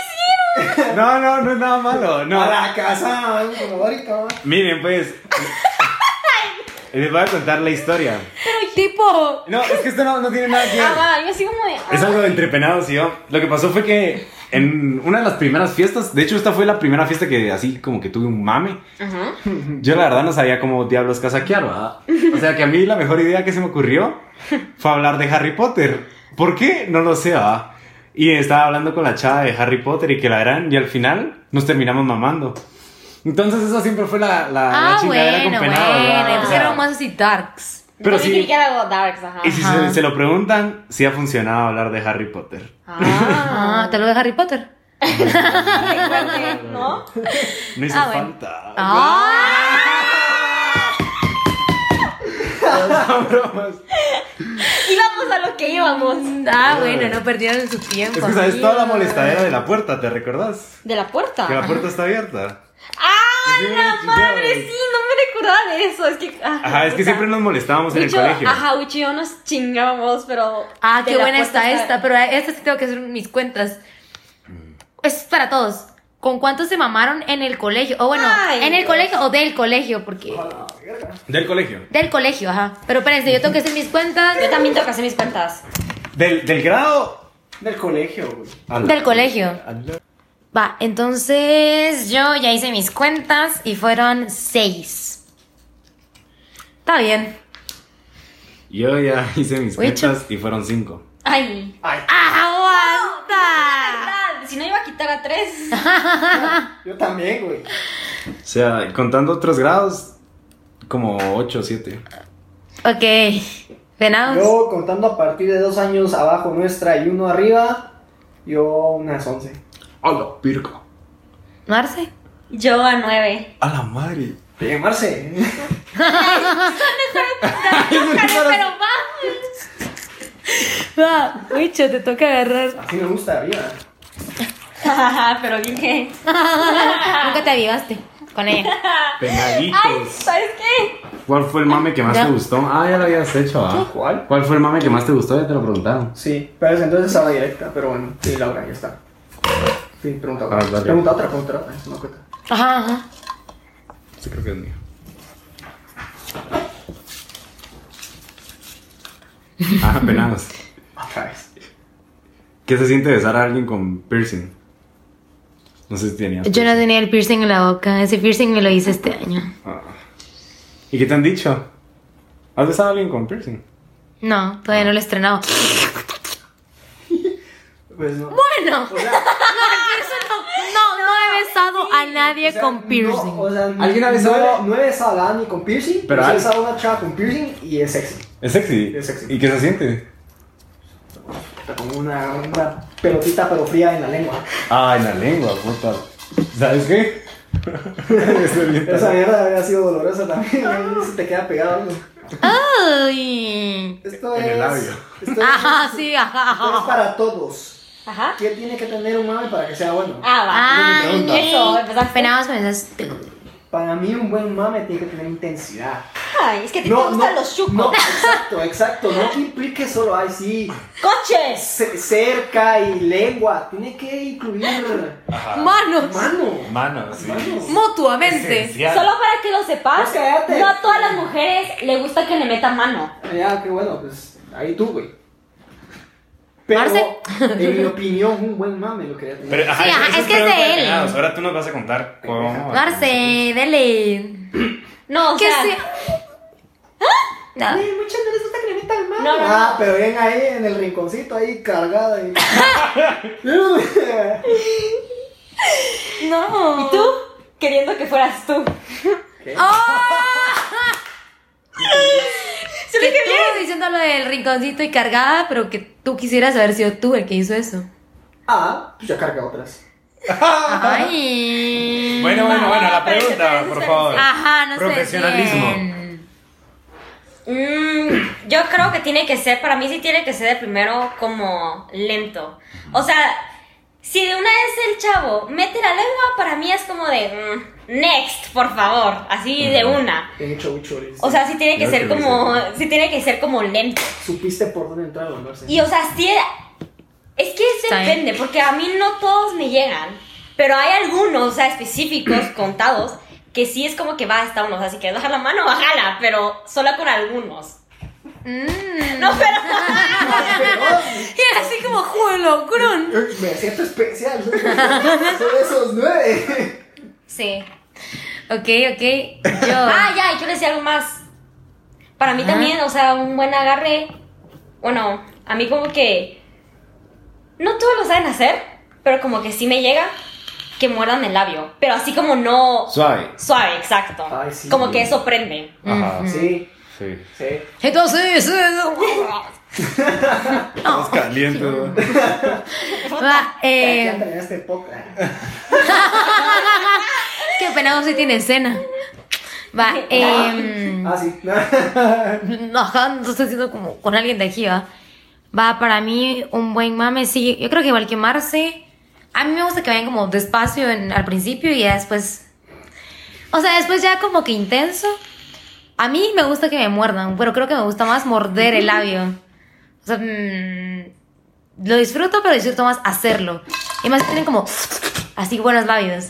hicieron? No, no, no es nada malo. No. A la casa, como ahorita. Miren, *laughs* pues. Les voy a contar la historia. Tipo. No, es que esto no, no tiene nada que ver. Ah, va, yo así como de. Es algo de entre penados y yo. Lo que pasó fue que en una de las primeras fiestas, de hecho esta fue la primera fiesta que así como que tuve un mame. Yo la verdad no sabía cómo diablos casaquear, ¿verdad? O sea que a mí la mejor idea que se me ocurrió fue hablar de Harry Potter. ¿Por qué? No lo sé, ¿verdad? Y estaba hablando con la chava de Harry Potter y que la gran y al final nos terminamos mamando. Entonces esa siempre fue la, la, la Ah, chingadera bueno, con penados, ¿verdad? bueno. O Pues sea, eran más así darks. pero Pero sí. sí. que era algo darks, ajá. Y si Ajá. se, se lo preguntan, sí ha funcionado hablar de Harry Potter. Ah, Ah, te lo de Harry Potter. recuerde, ¿no? No hizo Ah, bueno. falta. Ah, *laughs* bromas. Íbamos a lo que íbamos. Ah, bueno, no perdieron su tiempo. Es que sabes toda la molestadera de la puerta, ¿te recordás? De la puerta. Que la puerta está abierta. ¡Ah, Sí, la sí, madre! sí. Sí, no me acordaba de eso. Es que. ah, Ajá, es que puta. siempre nos molestábamos en el Ucho- colegio. Ajá, Uchi y yo nos chingábamos, pero. Ah, de qué la buena puerta está hasta- esta, pero esta sí tengo que hacer mis cuentas. Es para todos. ¿Con cuántos se mamaron en el colegio? O bueno, Ay, en el Dios. colegio o del colegio, porque... Ojalá, verga. Del colegio. Del colegio, ajá. Pero espérense, yo tengo que hacer mis cuentas. Yo también tengo que hacer mis cuentas. Del, del grado. Del colegio, güey. al- Del colegio. al- Va, entonces yo ya hice mis cuentas y fueron seis. Está bien. Yo ya *laughs* hice mis Oye, cuentas y fueron cinco. Ay. Ay, ¡Aguanta! Ah, Si no iba a quitar a tres. yo también, güey. O sea, contando otros grados, como ocho o siete. Ok. Venados. Yo contando a partir de dos años abajo nuestra y uno arriba, yo unas once. A la pirca. Marce. Yo a nueve. *laughs* A la madre. Bien, *laughs* Marce. Pero va. Ah, Va, Wicho, te toca agarrar. Así me gusta, viva. Ajá, pero bien que. *laughs* Nunca te avivaste con ella. Ay, Penaditos. ¿sabes qué? ¿Cuál fue el mame que más Ya. te gustó? Ah, ya lo habías hecho, ¿ah? ¿Cuál? ¿Cuál fue el mame que más te gustó? Ya te lo preguntaron. Sí, pero es- entonces estaba directa, pero bueno, sí, Laura, ya está. Sí, pregunta otra. Ah, dale. pregunta otra, pregunta otra. pues, No cuenta. Ajá, ajá. Sí, creo que *laughs* es mío. Ah, penados. Otra vez. ¿Qué se siente besar a alguien con piercing? No sé si tenías. Yo no piercing. tenía el piercing en la boca. Ese piercing me lo hice este año. Ah. ¿Y qué te han dicho? ¿Has besado a alguien con piercing? No, todavía no lo he *laughs* estrenado. Pues no. Bueno, O sea, no, no he besado a nadie o sea, con piercing. No, o sea, ¿Alguien ha besado a no, alguien? no he besado a Dani con piercing, Pero pero he al- besado a una chava con piercing y es sexy. Es sexy. Es sexy. ¿Y qué se siente? Como una, una pelotita pero fría en la lengua. Ah, en la lengua, puta. ¿Sabes qué? *laughs* Estoy bien Esa mierda habría sido dolorosa también. *laughs* ¿no? Se te queda pegado algo. Ay. Esto En es. el labio. Esto es, Ajá, sí, ajá, esto es ajá. para todos. Ajá. ¿Qué tiene que tener un mame para que sea bueno? Ah, va. Ah, Eso me pregunta. Eso, empezaste. Penados con esas. Para mí, un buen mame tiene que tener intensidad. Ay, es que a ti te gustan los chucos. No, exacto, exacto. No que implique solo ay, sí, ¡Coches! ce- cerca y lengua. Tiene que incluir Manos. mano. Manos, sí. Mano. Mutuamente. Solo para que lo sepas, Pues cállate. no a todas las mujeres le gusta que le meta mano. Ah, Ya, qué bueno, pues ahí tú, güey. Pero, Marce. en mi opinión, un buen mame lo quería tener. Pero, ajá, Sí, ajá, eso es que es pregunta de él. penados. Ahora tú nos vas a contar cómo. Marce, *laughs* dele. No, o ¿Qué sea, se.? No. Ay, muchas no les gusta que le metan mano. No, no, ah, no. pero ven ahí en el rinconcito, ahí cargada. ahí. no. ¿Y tú? Queriendo que fueras tú. *laughs* Que tú diciendo lo del rinconcito y cargada, pero que tú quisieras haber sido tú el que hizo eso. ah, pues ya carga otras. Ay. Bueno, bueno, bueno, la pero pregunta, espérense, por favor. Ajá, no sé. Profesionalismo. bien. Mm, yo creo que tiene que ser, para mí sí tiene que ser de primero como lento. O sea, si de una vez el chavo mete la lengua, para mí es como de mm, next, por favor, así de una. He hecho bucholes. O sea, sí tiene que Yo ser creo que como, sí. sí tiene que ser como lento. supiste por dónde entrar a Marce. Y o sea, sí es que eso Está bien. depende, porque a mí no todos me llegan, pero hay algunos, o sea, específicos, *clears throat* contados, que sí es como que va hasta unos, así que baja la mano, *laughs* bájala, pero solo con algunos. Mm. No, pero Y así como juego, crón. Me siento especial. Son esos nueve. Sí. Ok, ok. Yo. *coughs* Ah, ya, y yo le decía algo más. Para mí también, o sea, un buen agarre. Bueno, a mí como que. No todos lo saben hacer, pero como que sí me llega que muerdan el labio. Pero así como no. Suave. Suave, exacto. Ay, sí. como que eso prende. Ajá. Sí, Sí. sí. Entonces. *laughs* sí, Estás caliente, ¿no? Va, Ya eh, terminaste este poco. qué penado se tiene escena. Va, eh. Ah, sí. Ajá, no estoy haciendo como con alguien de aquí, ¿va? Va, para mí, un buen mame, sí. Yo creo que igual que Marce. A mí me gusta que vayan como despacio en- al principio y ya después. O sea, después ya como que intenso. A mí me gusta que me muerdan, pero creo que me gusta más morder el labio. O sea, mm, lo disfruto, pero disfruto más hacerlo. Y más que tienen como así buenos labios.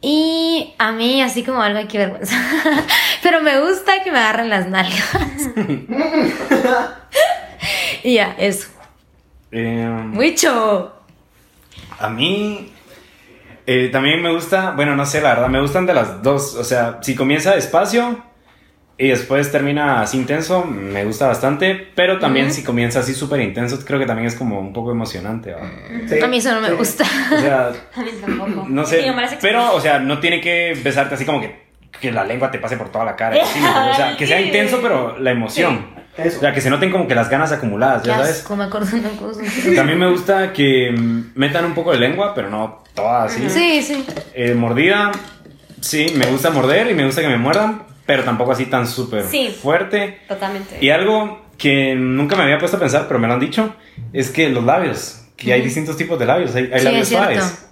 Y a mí así como algo que vergüenza. *laughs* pero me gusta que me agarren las nalgas. y ya, eso. Em, Mucho. A mí eh, también me gusta, bueno, no sé, la verdad, me gustan de las dos. O sea, si comienza despacio y después termina así intenso, me gusta bastante. Pero también si comienza así súper intenso, creo que también es como un poco emocionante. ¿va? Sí, A mí eso no me sí. gusta. O sea, A mí tampoco. no Sí, sé. me parece que- Pero, o sea, no tiene que besarte así como que, que la lengua te pase por toda la cara. y así, ¿no? O sea, que sea Sí. intenso, pero la emoción. Eso. O sea, que se noten como que las ganas acumuladas, Qué ya sabes. asco, me acuerdo de una cosa. También me gusta que mm, metan un poco de lengua, pero no toda así. Sí, sí. Eh, mordida, sí, me gusta morder y me gusta que me muerdan, pero tampoco así tan súper Sí. fuerte. Totalmente. Y algo que nunca me había puesto a pensar, pero me lo han dicho, es que los labios, que hay distintos tipos de labios, hay, hay Sí, labios es cierto. suaves.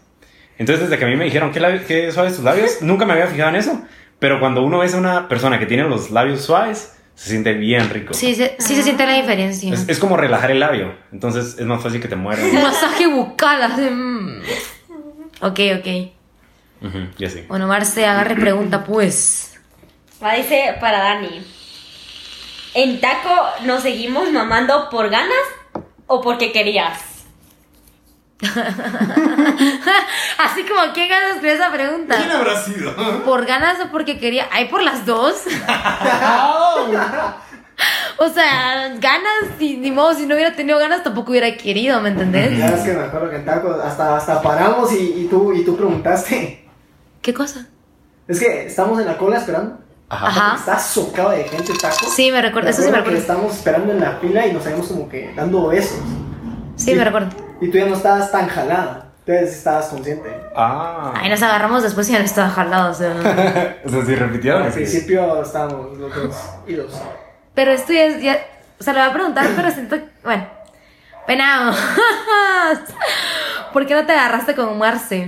Entonces, desde que a mí me dijeron, ¿qué, labios- qué suaves tus labios? Nunca me había fijado en eso, pero cuando uno ve a una persona que tiene los labios suaves, se siente bien rico. Sí, se, sí se siente la diferencia. Es, es como relajar el labio, entonces es más fácil que te muerdan. *laughs* Masaje bucal. así, mm. Ok, ok. Ujú, ya sé. Bueno, Marce, agarre pregunta, pues. Va, dice para Dani. ¿En taco nos seguimos mamando por ganas o porque querías? Así como, ¿quién gana escribir esa ¿Quién pregunta? habrá sido? ¿Por ganas o porque quería? Ay, por las dos. o sea, ganas, ni, ni modo, si no hubiera tenido ganas tampoco hubiera querido, ¿me entendés? *laughs* Ya es que me acuerdo que en taco hasta, hasta paramos y, y tú, y tú preguntaste. ¿Qué cosa? Es que estamos en la cola esperando. Ajá. Está socado de gente taco. Sí, me recuerdo, eso sí me acuerdo que recuerdo. Estamos esperando en la fila y nos habíamos como que dando besos. Sí, me recuerdo. Y tú ya no estabas tan jalada. Entonces estabas consciente. Ah. Ay, nos agarramos después y ya no estaba jalado, o sea. *laughs* O sea, si repitieron. Al principio estábamos los dos idos. Pero esto ya es. Ya, o sea, lo voy a preguntar, pero siento. Bueno. Venado. *laughs* ¿Por qué no te agarraste con Marce?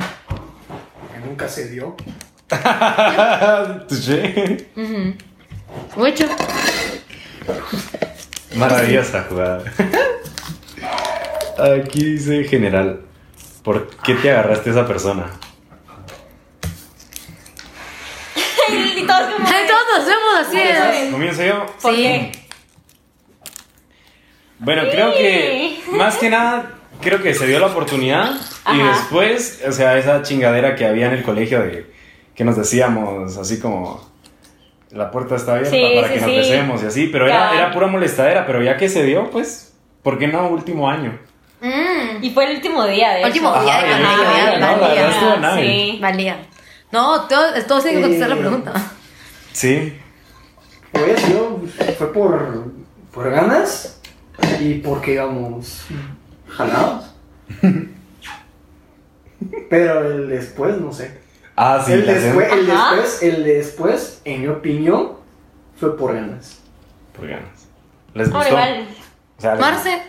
Que nunca se dio. *laughs* Touché. Ujú. Mucho. *laughs* Maravillosa jugada. Aquí dice general. ¿Por qué te agarraste a esa persona? Y todos como... Ay, Todos nos vemos así. ¿eh? Comienzo yo. ¿Por qué? Bueno, creo que más que nada, creo que se dio la oportunidad y Ajá. después, o sea, esa chingadera que había en el colegio de que nos decíamos así como la puerta está abierta Sí, para sí, que nos sí. besemos y así, pero era, Claro. era pura molestadera, pero ya que se dio, pues, ¿por qué no último año? Mm, Y fue el último día, de hecho. Último día Ajá, de y el colegio, último ya, día, ¿no? La verdad estuvo valía. nada. Sí. Valía. No, todos, todos tienen que contestar la Eh. pregunta. Sí, Pues yo fue por, por ganas y porque íbamos jalados. Pero el después, no sé. Ah, sí, el, la hacen después, el Ajá. después, el después, en mi opinión, fue por ganas. por ganas. ¿Les Ahora gustó? igual. O sea, les- Marce,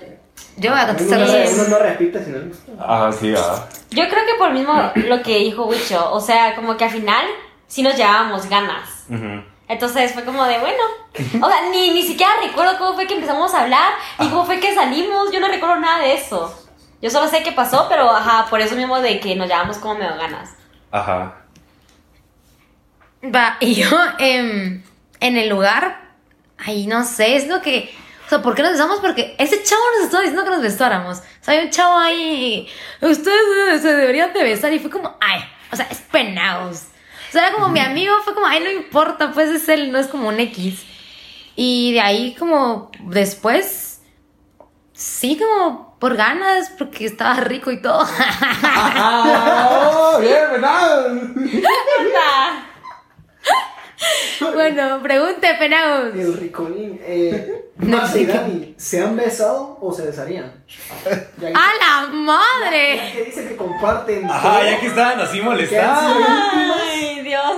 yo voy a contestar uno, los no- dos. uno no repite si no le gusta. Ah, sí, ah. Yo creo que por mismo lo que dijo Wicho, o sea, como que al final sí nos llevábamos ganas. Ujú. Entonces fue como de, bueno, o sea, ni, ni siquiera recuerdo cómo fue que empezamos a hablar, ni cómo fue que salimos, yo no recuerdo nada de eso. Yo solo sé qué pasó, pero ajá, por eso mismo de que nos llevamos como medio ganas. Ajá. Va, *laughs* y yo em, en el lugar, ahí no sé, es lo que. O sea, ¿por qué nos besamos? Porque ese chavo nos estaba diciendo que nos besáramos. O sea, había un chavo ahí. Ustedes eh, se deberían de besar. Y fue como, ay, o sea, es penados. O sea, era como mi amigo, fue como, ay, no importa, pues es él, no es como un X. Y de ahí, como después, sí, como por ganas, porque estaba rico y todo. *laughs* *laughs* bien, ¿verdad? Anda. bueno, pregunte, penados. *laughs* El ricolín. Eh, *laughs* No Marce y explica. Dani, ¿se han besado o se besarían? Ya que- ¡A la madre! ya que dice que comparten. Ajá, todo, ya que estaban así que han molestadas. sido Ay, Dios.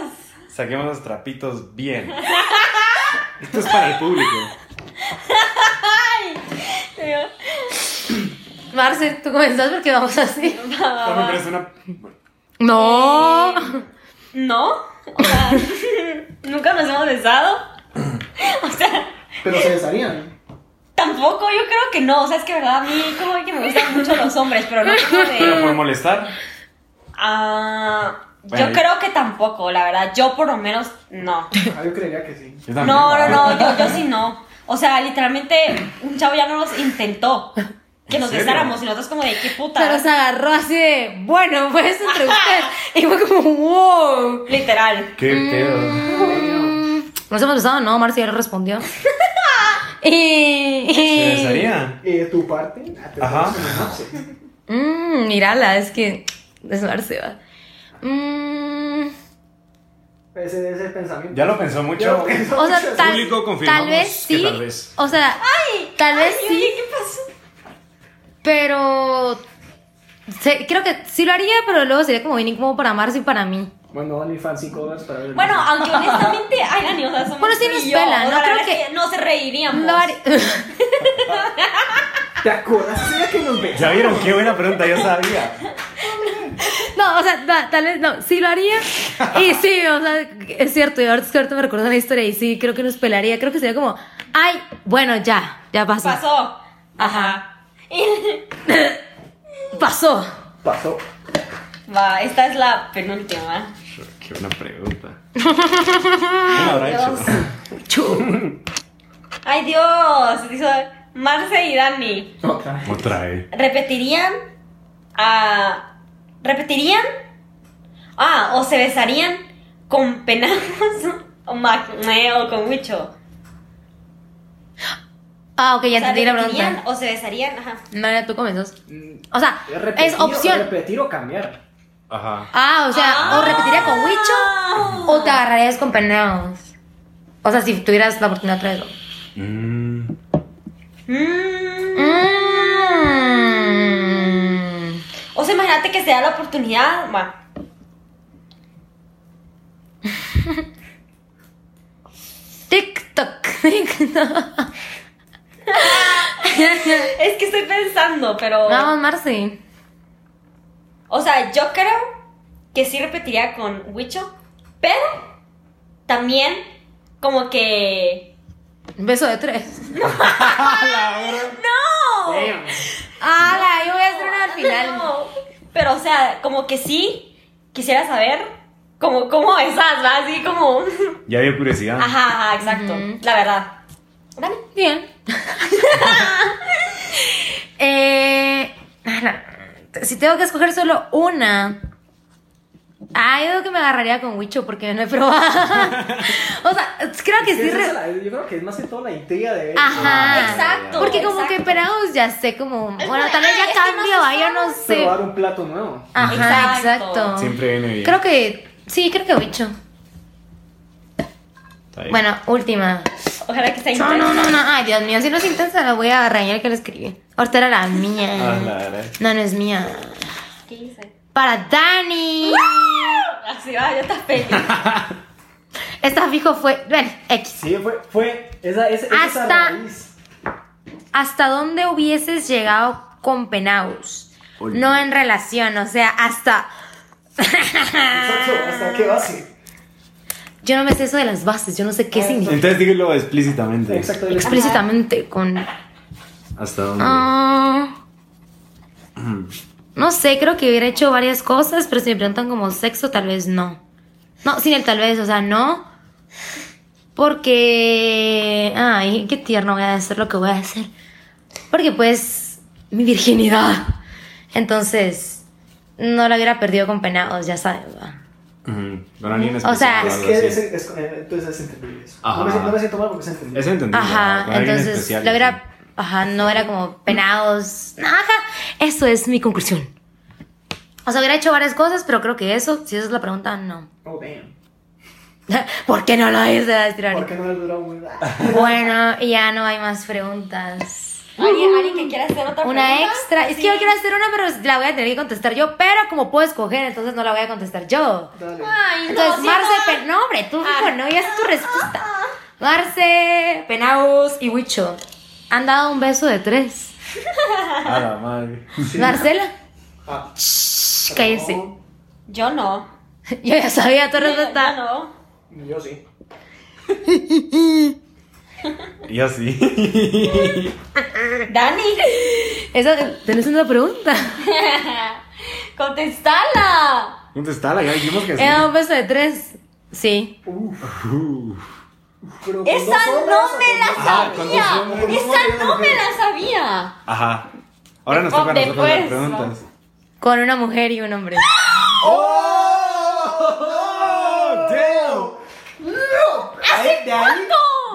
Saquemos los trapitos bien. *laughs* Esto es para el público. Dios. Marce, tú comenzás porque vamos así. No me parece una. No. *laughs* No, o sea, nunca nos hemos besado. Pero se besarían. Tampoco, yo creo que no. O sea, es que verdad, a mí como que me gustan mucho los hombres, pero no como Pero por de. molestar. Ah, Bueno, yo yo- creo que tampoco, la verdad. Yo por lo menos no. Ah, yo creería que sí. Yo también. No, no, no, yo, yo sí no. O sea, literalmente, un chavo ya no nos intentó que ¿En nos serio? besáramos y nosotros como de qué puta. Pero se agarró así de, bueno, pues entre ustedes. Y fue como, wow. Mm, Literal. Qué Mm. pedo. Nos hemos besado, no, Marcia ya le *laughs* respondió. y. ¿Te besaría? Eh, tu parte. ah, te Ajá. pones en el mouse. Mmm, mírala, es que. Es Marcia. Mmm. Ese es el pensamiento. Ya lo pensó Ya mucho. lo pensó O sea, mucho. tal, Público, confirmamos tal vez que sí. tal vez. O sea, tal vez sí. Pero. sé- creo que sí lo haría, pero luego sería como bien incómodo para Marcia y para mí. Bueno, OnlyFans 5 dólares para ver. el Bueno, mouse. aunque honestamente, ay, Dani, o sea, somos Bueno, sí tú y nos yo. pela, O no sea, la creo verdad es que- no se reiríamos. Lo haría- *laughs* ¿Te acuerdas de que nos ¿Ya besamos? vieron? Qué buena pregunta, yo sabía. No, o sea, ta- tal vez no, sí lo haría. Y sí, o sea, es cierto, y ahorita, es que ahorita me recuerdo la historia y sí, creo que nos pelaría. Creo que sería como, ay, bueno, ya, ya pasó. Pasó. Ajá. Pasó. Pasó. Va, esta es la penúltima. Qué buena pregunta. ¿Cómo lo habrá hecho? Ay, Dios. Dijo Marce y Dani. Otra vez. Otra vez. ¿Repetirían? Ah, ¿Repetirían? Ah, o se besarían con penajos *laughs* o macme o con mucho. Ah, ok, ya O sea, entendí la ¿repetirían pregunta. o se besarían? Ajá. No, ya tú comenzas. Mm, O sea, repetir es o- opción. Repetir o cambiar. Ajá. Ah, o sea, o repetiría con Wicho Ah. o te agarrarías con peneos. O sea, si tuvieras la oportunidad otra vez. Mm. Mm. Mmm. O sea, imagínate que se da la oportunidad, va. TikTok. *laughs* TikTok. Es que estoy pensando, pero. Vamos, Marci. O sea, yo creo que sí repetiría con Wicho, pero también como que. Un beso de tres. ¡No! ¡Hala! Yo voy a hacer una al final. No. Pero, o sea, como que sí quisiera saber como, cómo esas, ¿va? Así como. *laughs* Ya había curiosidad. Ajá, ajá, exacto. La verdad. Dale. Bien. *laughs* eh, ala, si tengo que escoger solo una. Ah, yo creo que me agarraría con Wicho porque no he probado. *laughs* o sea, creo que Es que sí. esa re- es la- yo creo que es más que todo la intriga de ver. Ajá. Exacto. Ah, Porque como exacto. que perados ya sé como. Bueno, tal vez ay, ya es que cambio, no ah, yo no sé. Probar un plato nuevo. Ajá, Exacto. exacto. Siempre viene bien. Creo que. Sí, creo que Wicho. Está bien. Bueno, última. Ojalá que sea No, no, intenso. no, no. Ay, Dios mío, si no es intensa, la voy a regañar que la escribí. Ahorita era la Ah, mía. la verdad. No, no es mía. ¿Qué hice? Para Dani. Así va, yo *laughs* te feliz. Esta fijo fue. Bueno, X. Sí, fue, fue esa, esa, esa es la Hasta- raíz. ¿Hasta dónde hubieses llegado con Penaus? No en relación, o sea, hasta. Exacto, hasta qué base. Yo no me sé eso de las bases, yo no sé Ah, qué significa. Entonces dígelo Ah. explícitamente. Exacto, el- Explícitamente con. ¿Hasta dónde? Ah. no sé, creo que hubiera hecho varias cosas, pero si me preguntan como sexo, tal vez no. No, sin el tal vez, o sea, no. Porque. Ay, qué tierno voy a hacer lo que voy a hacer. Porque, pues, mi virginidad. Entonces, no la hubiera perdido con penados, ya saben, ¿va? Ujú. Pero ni en O sea- específico, Es que algo es, así. es- eh, entonces es entendible eso. Ajá. No me, siento- no me siento mal porque es entendible. Es entendible. Ajá, con alguien entonces, especial, la así. hubiera. Ajá, no era como penados. Ajá, eso es mi conclusión. O sea, hubiera hecho varias cosas, pero creo que eso, si esa es la pregunta, no. *laughs* Oh, damn. ¿Por qué no lo hice? a ¿Por estirar? qué no le duró muy *laughs* Bueno, ya no hay más preguntas. ¿Alguien, alguien que quiera hacer otra Una pregunta? extra. Es que yo quiero hacer una, pero la voy a tener que contestar yo. Pero como puedo escoger, entonces no la voy a contestar yo. Dale. Ay, no, Entonces, sí, Marce, va. Pe- no, hombre, tú Ah. fijo, no, ya es tu respuesta. Marce, Penaus y Huicho han dado un beso de tres. A la madre. Marcela, Ah, shh, cállense. no, Yo no. *laughs* Yo ya sabía tu Yo respuesta. no. yo sí. *laughs* Yo sí. Dani, Esa, ¿Tenés una pregunta? contestala. ¿Dónde está la? Ya dijimos que sí. Era un beso de tres. Sí. Pero con Esa dos hombres, no me la con- Ajá, con dos sabía. hombres. Esa no me la sabía. Ajá. Ahora Oh, nos toca a nosotros las preguntas. *laughs* Con una mujer y un hombre. ¡Oh! ¡No! ¡Damn! Ahí- de, ahí,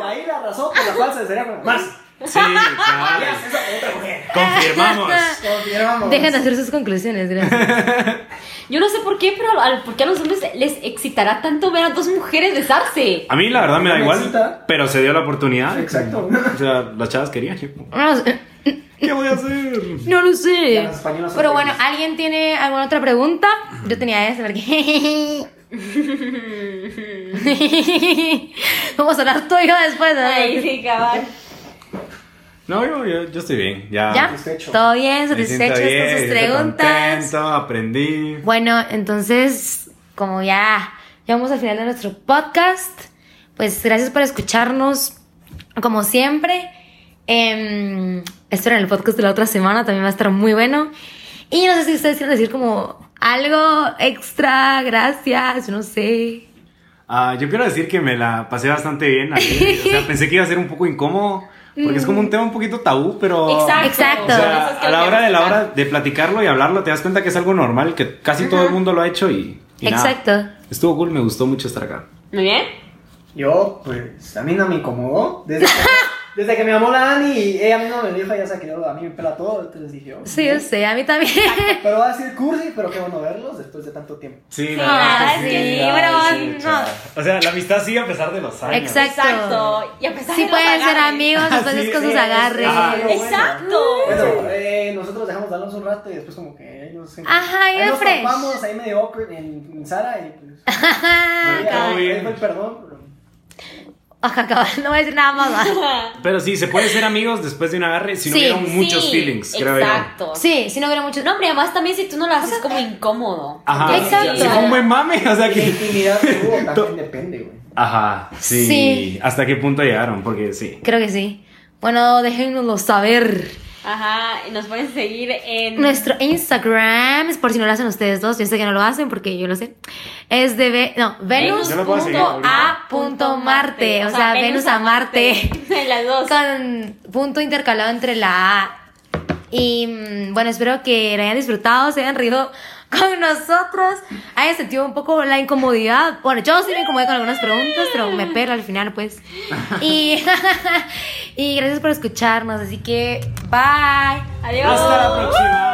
de ahí la razón por la cual se desearía con más. Sí, claro. *laughs* Confirmamos. Confirmamos. Dejen de hacer sus conclusiones, gracias. Yo no sé por qué, pero al- ¿por qué a los hombres les excitará tanto ver a dos mujeres besarse? A mí la verdad me da Me igual, excita. pero se dio la oportunidad. Exacto. O sea, las chavas querían. yo, Vamos, ¿Qué voy a hacer? No lo Ya, sé. los españoles son Pero bueno, felices. ¿alguien tiene alguna otra pregunta? Yo tenía esa porque. *laughs* Vamos a hablar tú y yo después. ¿eh? ¿no? Ay, sí, cabal. No, yo, yo, yo estoy bien. Ya. ¿Ya? Satisfecho. ¿Todo bien? Me siento ¿Satisfechos bien, con sus estoy preguntas? Contento, aprendí. Bueno, entonces, como ya llegamos al final de nuestro podcast, pues gracias por escucharnos, como siempre. Em, esperen el podcast de la otra semana, también va a estar muy bueno. Y no sé si ustedes quieren decir como algo extra, gracias, yo no sé. Ah, yo quiero decir que me la pasé bastante bien. ayer. O *laughs* sea, pensé que iba a ser un poco incómodo, porque es como un tema un poquito tabú, pero... Exacto. O Mm. Exacto. sea, Eso es que a la lo hora de la queremos hora de platicarlo y hablarlo, te das cuenta que es algo normal, que casi todo el mundo lo ha hecho y... y nada. Exacto. Estuvo cool, me gustó mucho estar acá. Muy bien. Yo, pues, a mí no me incomodó. *laughs* Desde que, desde que me amó la Dani y ella a mí no me dijo, ya sabe que yo, a mí me pela todo, entonces dije yo. Sí, yo sé, a mí también. Pero va a decir cursi, pero qué bueno verlos después de tanto tiempo. Sí, la verdad que sí, sí, bueno, sí, no. O sea, la amistad sigue a pesar de los años. Exacto. Exacto. Y a pesar Sí de los pueden ser agarres. *laughs* amigos, Ah, entonces sí, con sus sí, agarres. Ajá. Pero bueno. Exacto. Bueno, eh, nosotros dejamos de hablarnos un rato y después como que ellos... Ajá, y ahí nos fresh. topamos ahí medio awkward en, en Sara *laughs* y pues... Ajá, ahí- todo ahí bien. fue el perdón, pero... Ajá, cabal, no voy a decir nada más. va. Pero sí, se puede ser amigos después de un agarre si no Sí, hubieron muchos Sí, feelings, creo yo. Exacto. Sí, si no hubiera mucho. No, hombre, además también si tú no lo haces como incómodo. Ajá. Exacto. Si fue un buen mame, o sea Y la que... intimidad que hubo también depende, güey. Ajá, sí. Sí. ¿Hasta qué punto llegaron? Porque sí. Creo que sí. Bueno, déjenoslo saber. Ajá, y nos pueden seguir en... Nuestro Instagram, es por si no lo hacen ustedes dos, yo sé que no lo hacen porque yo lo sé. Es de Ve- no, Venus. Yo lo puedo seguir ahorita. a punto Marte, o sea, Venus a Marte. En *laughs* las dos. Con punto intercalado entre la A. Y mm, bueno, espero que lo hayan disfrutado, se hayan rido con nosotros, hayan sentido un poco la incomodidad. Bueno, yo sí me incomodé con algunas preguntas, pero me pela al final, pues. Y, *laughs* y gracias por escucharnos, así que bye. Adiós. Hasta la próxima.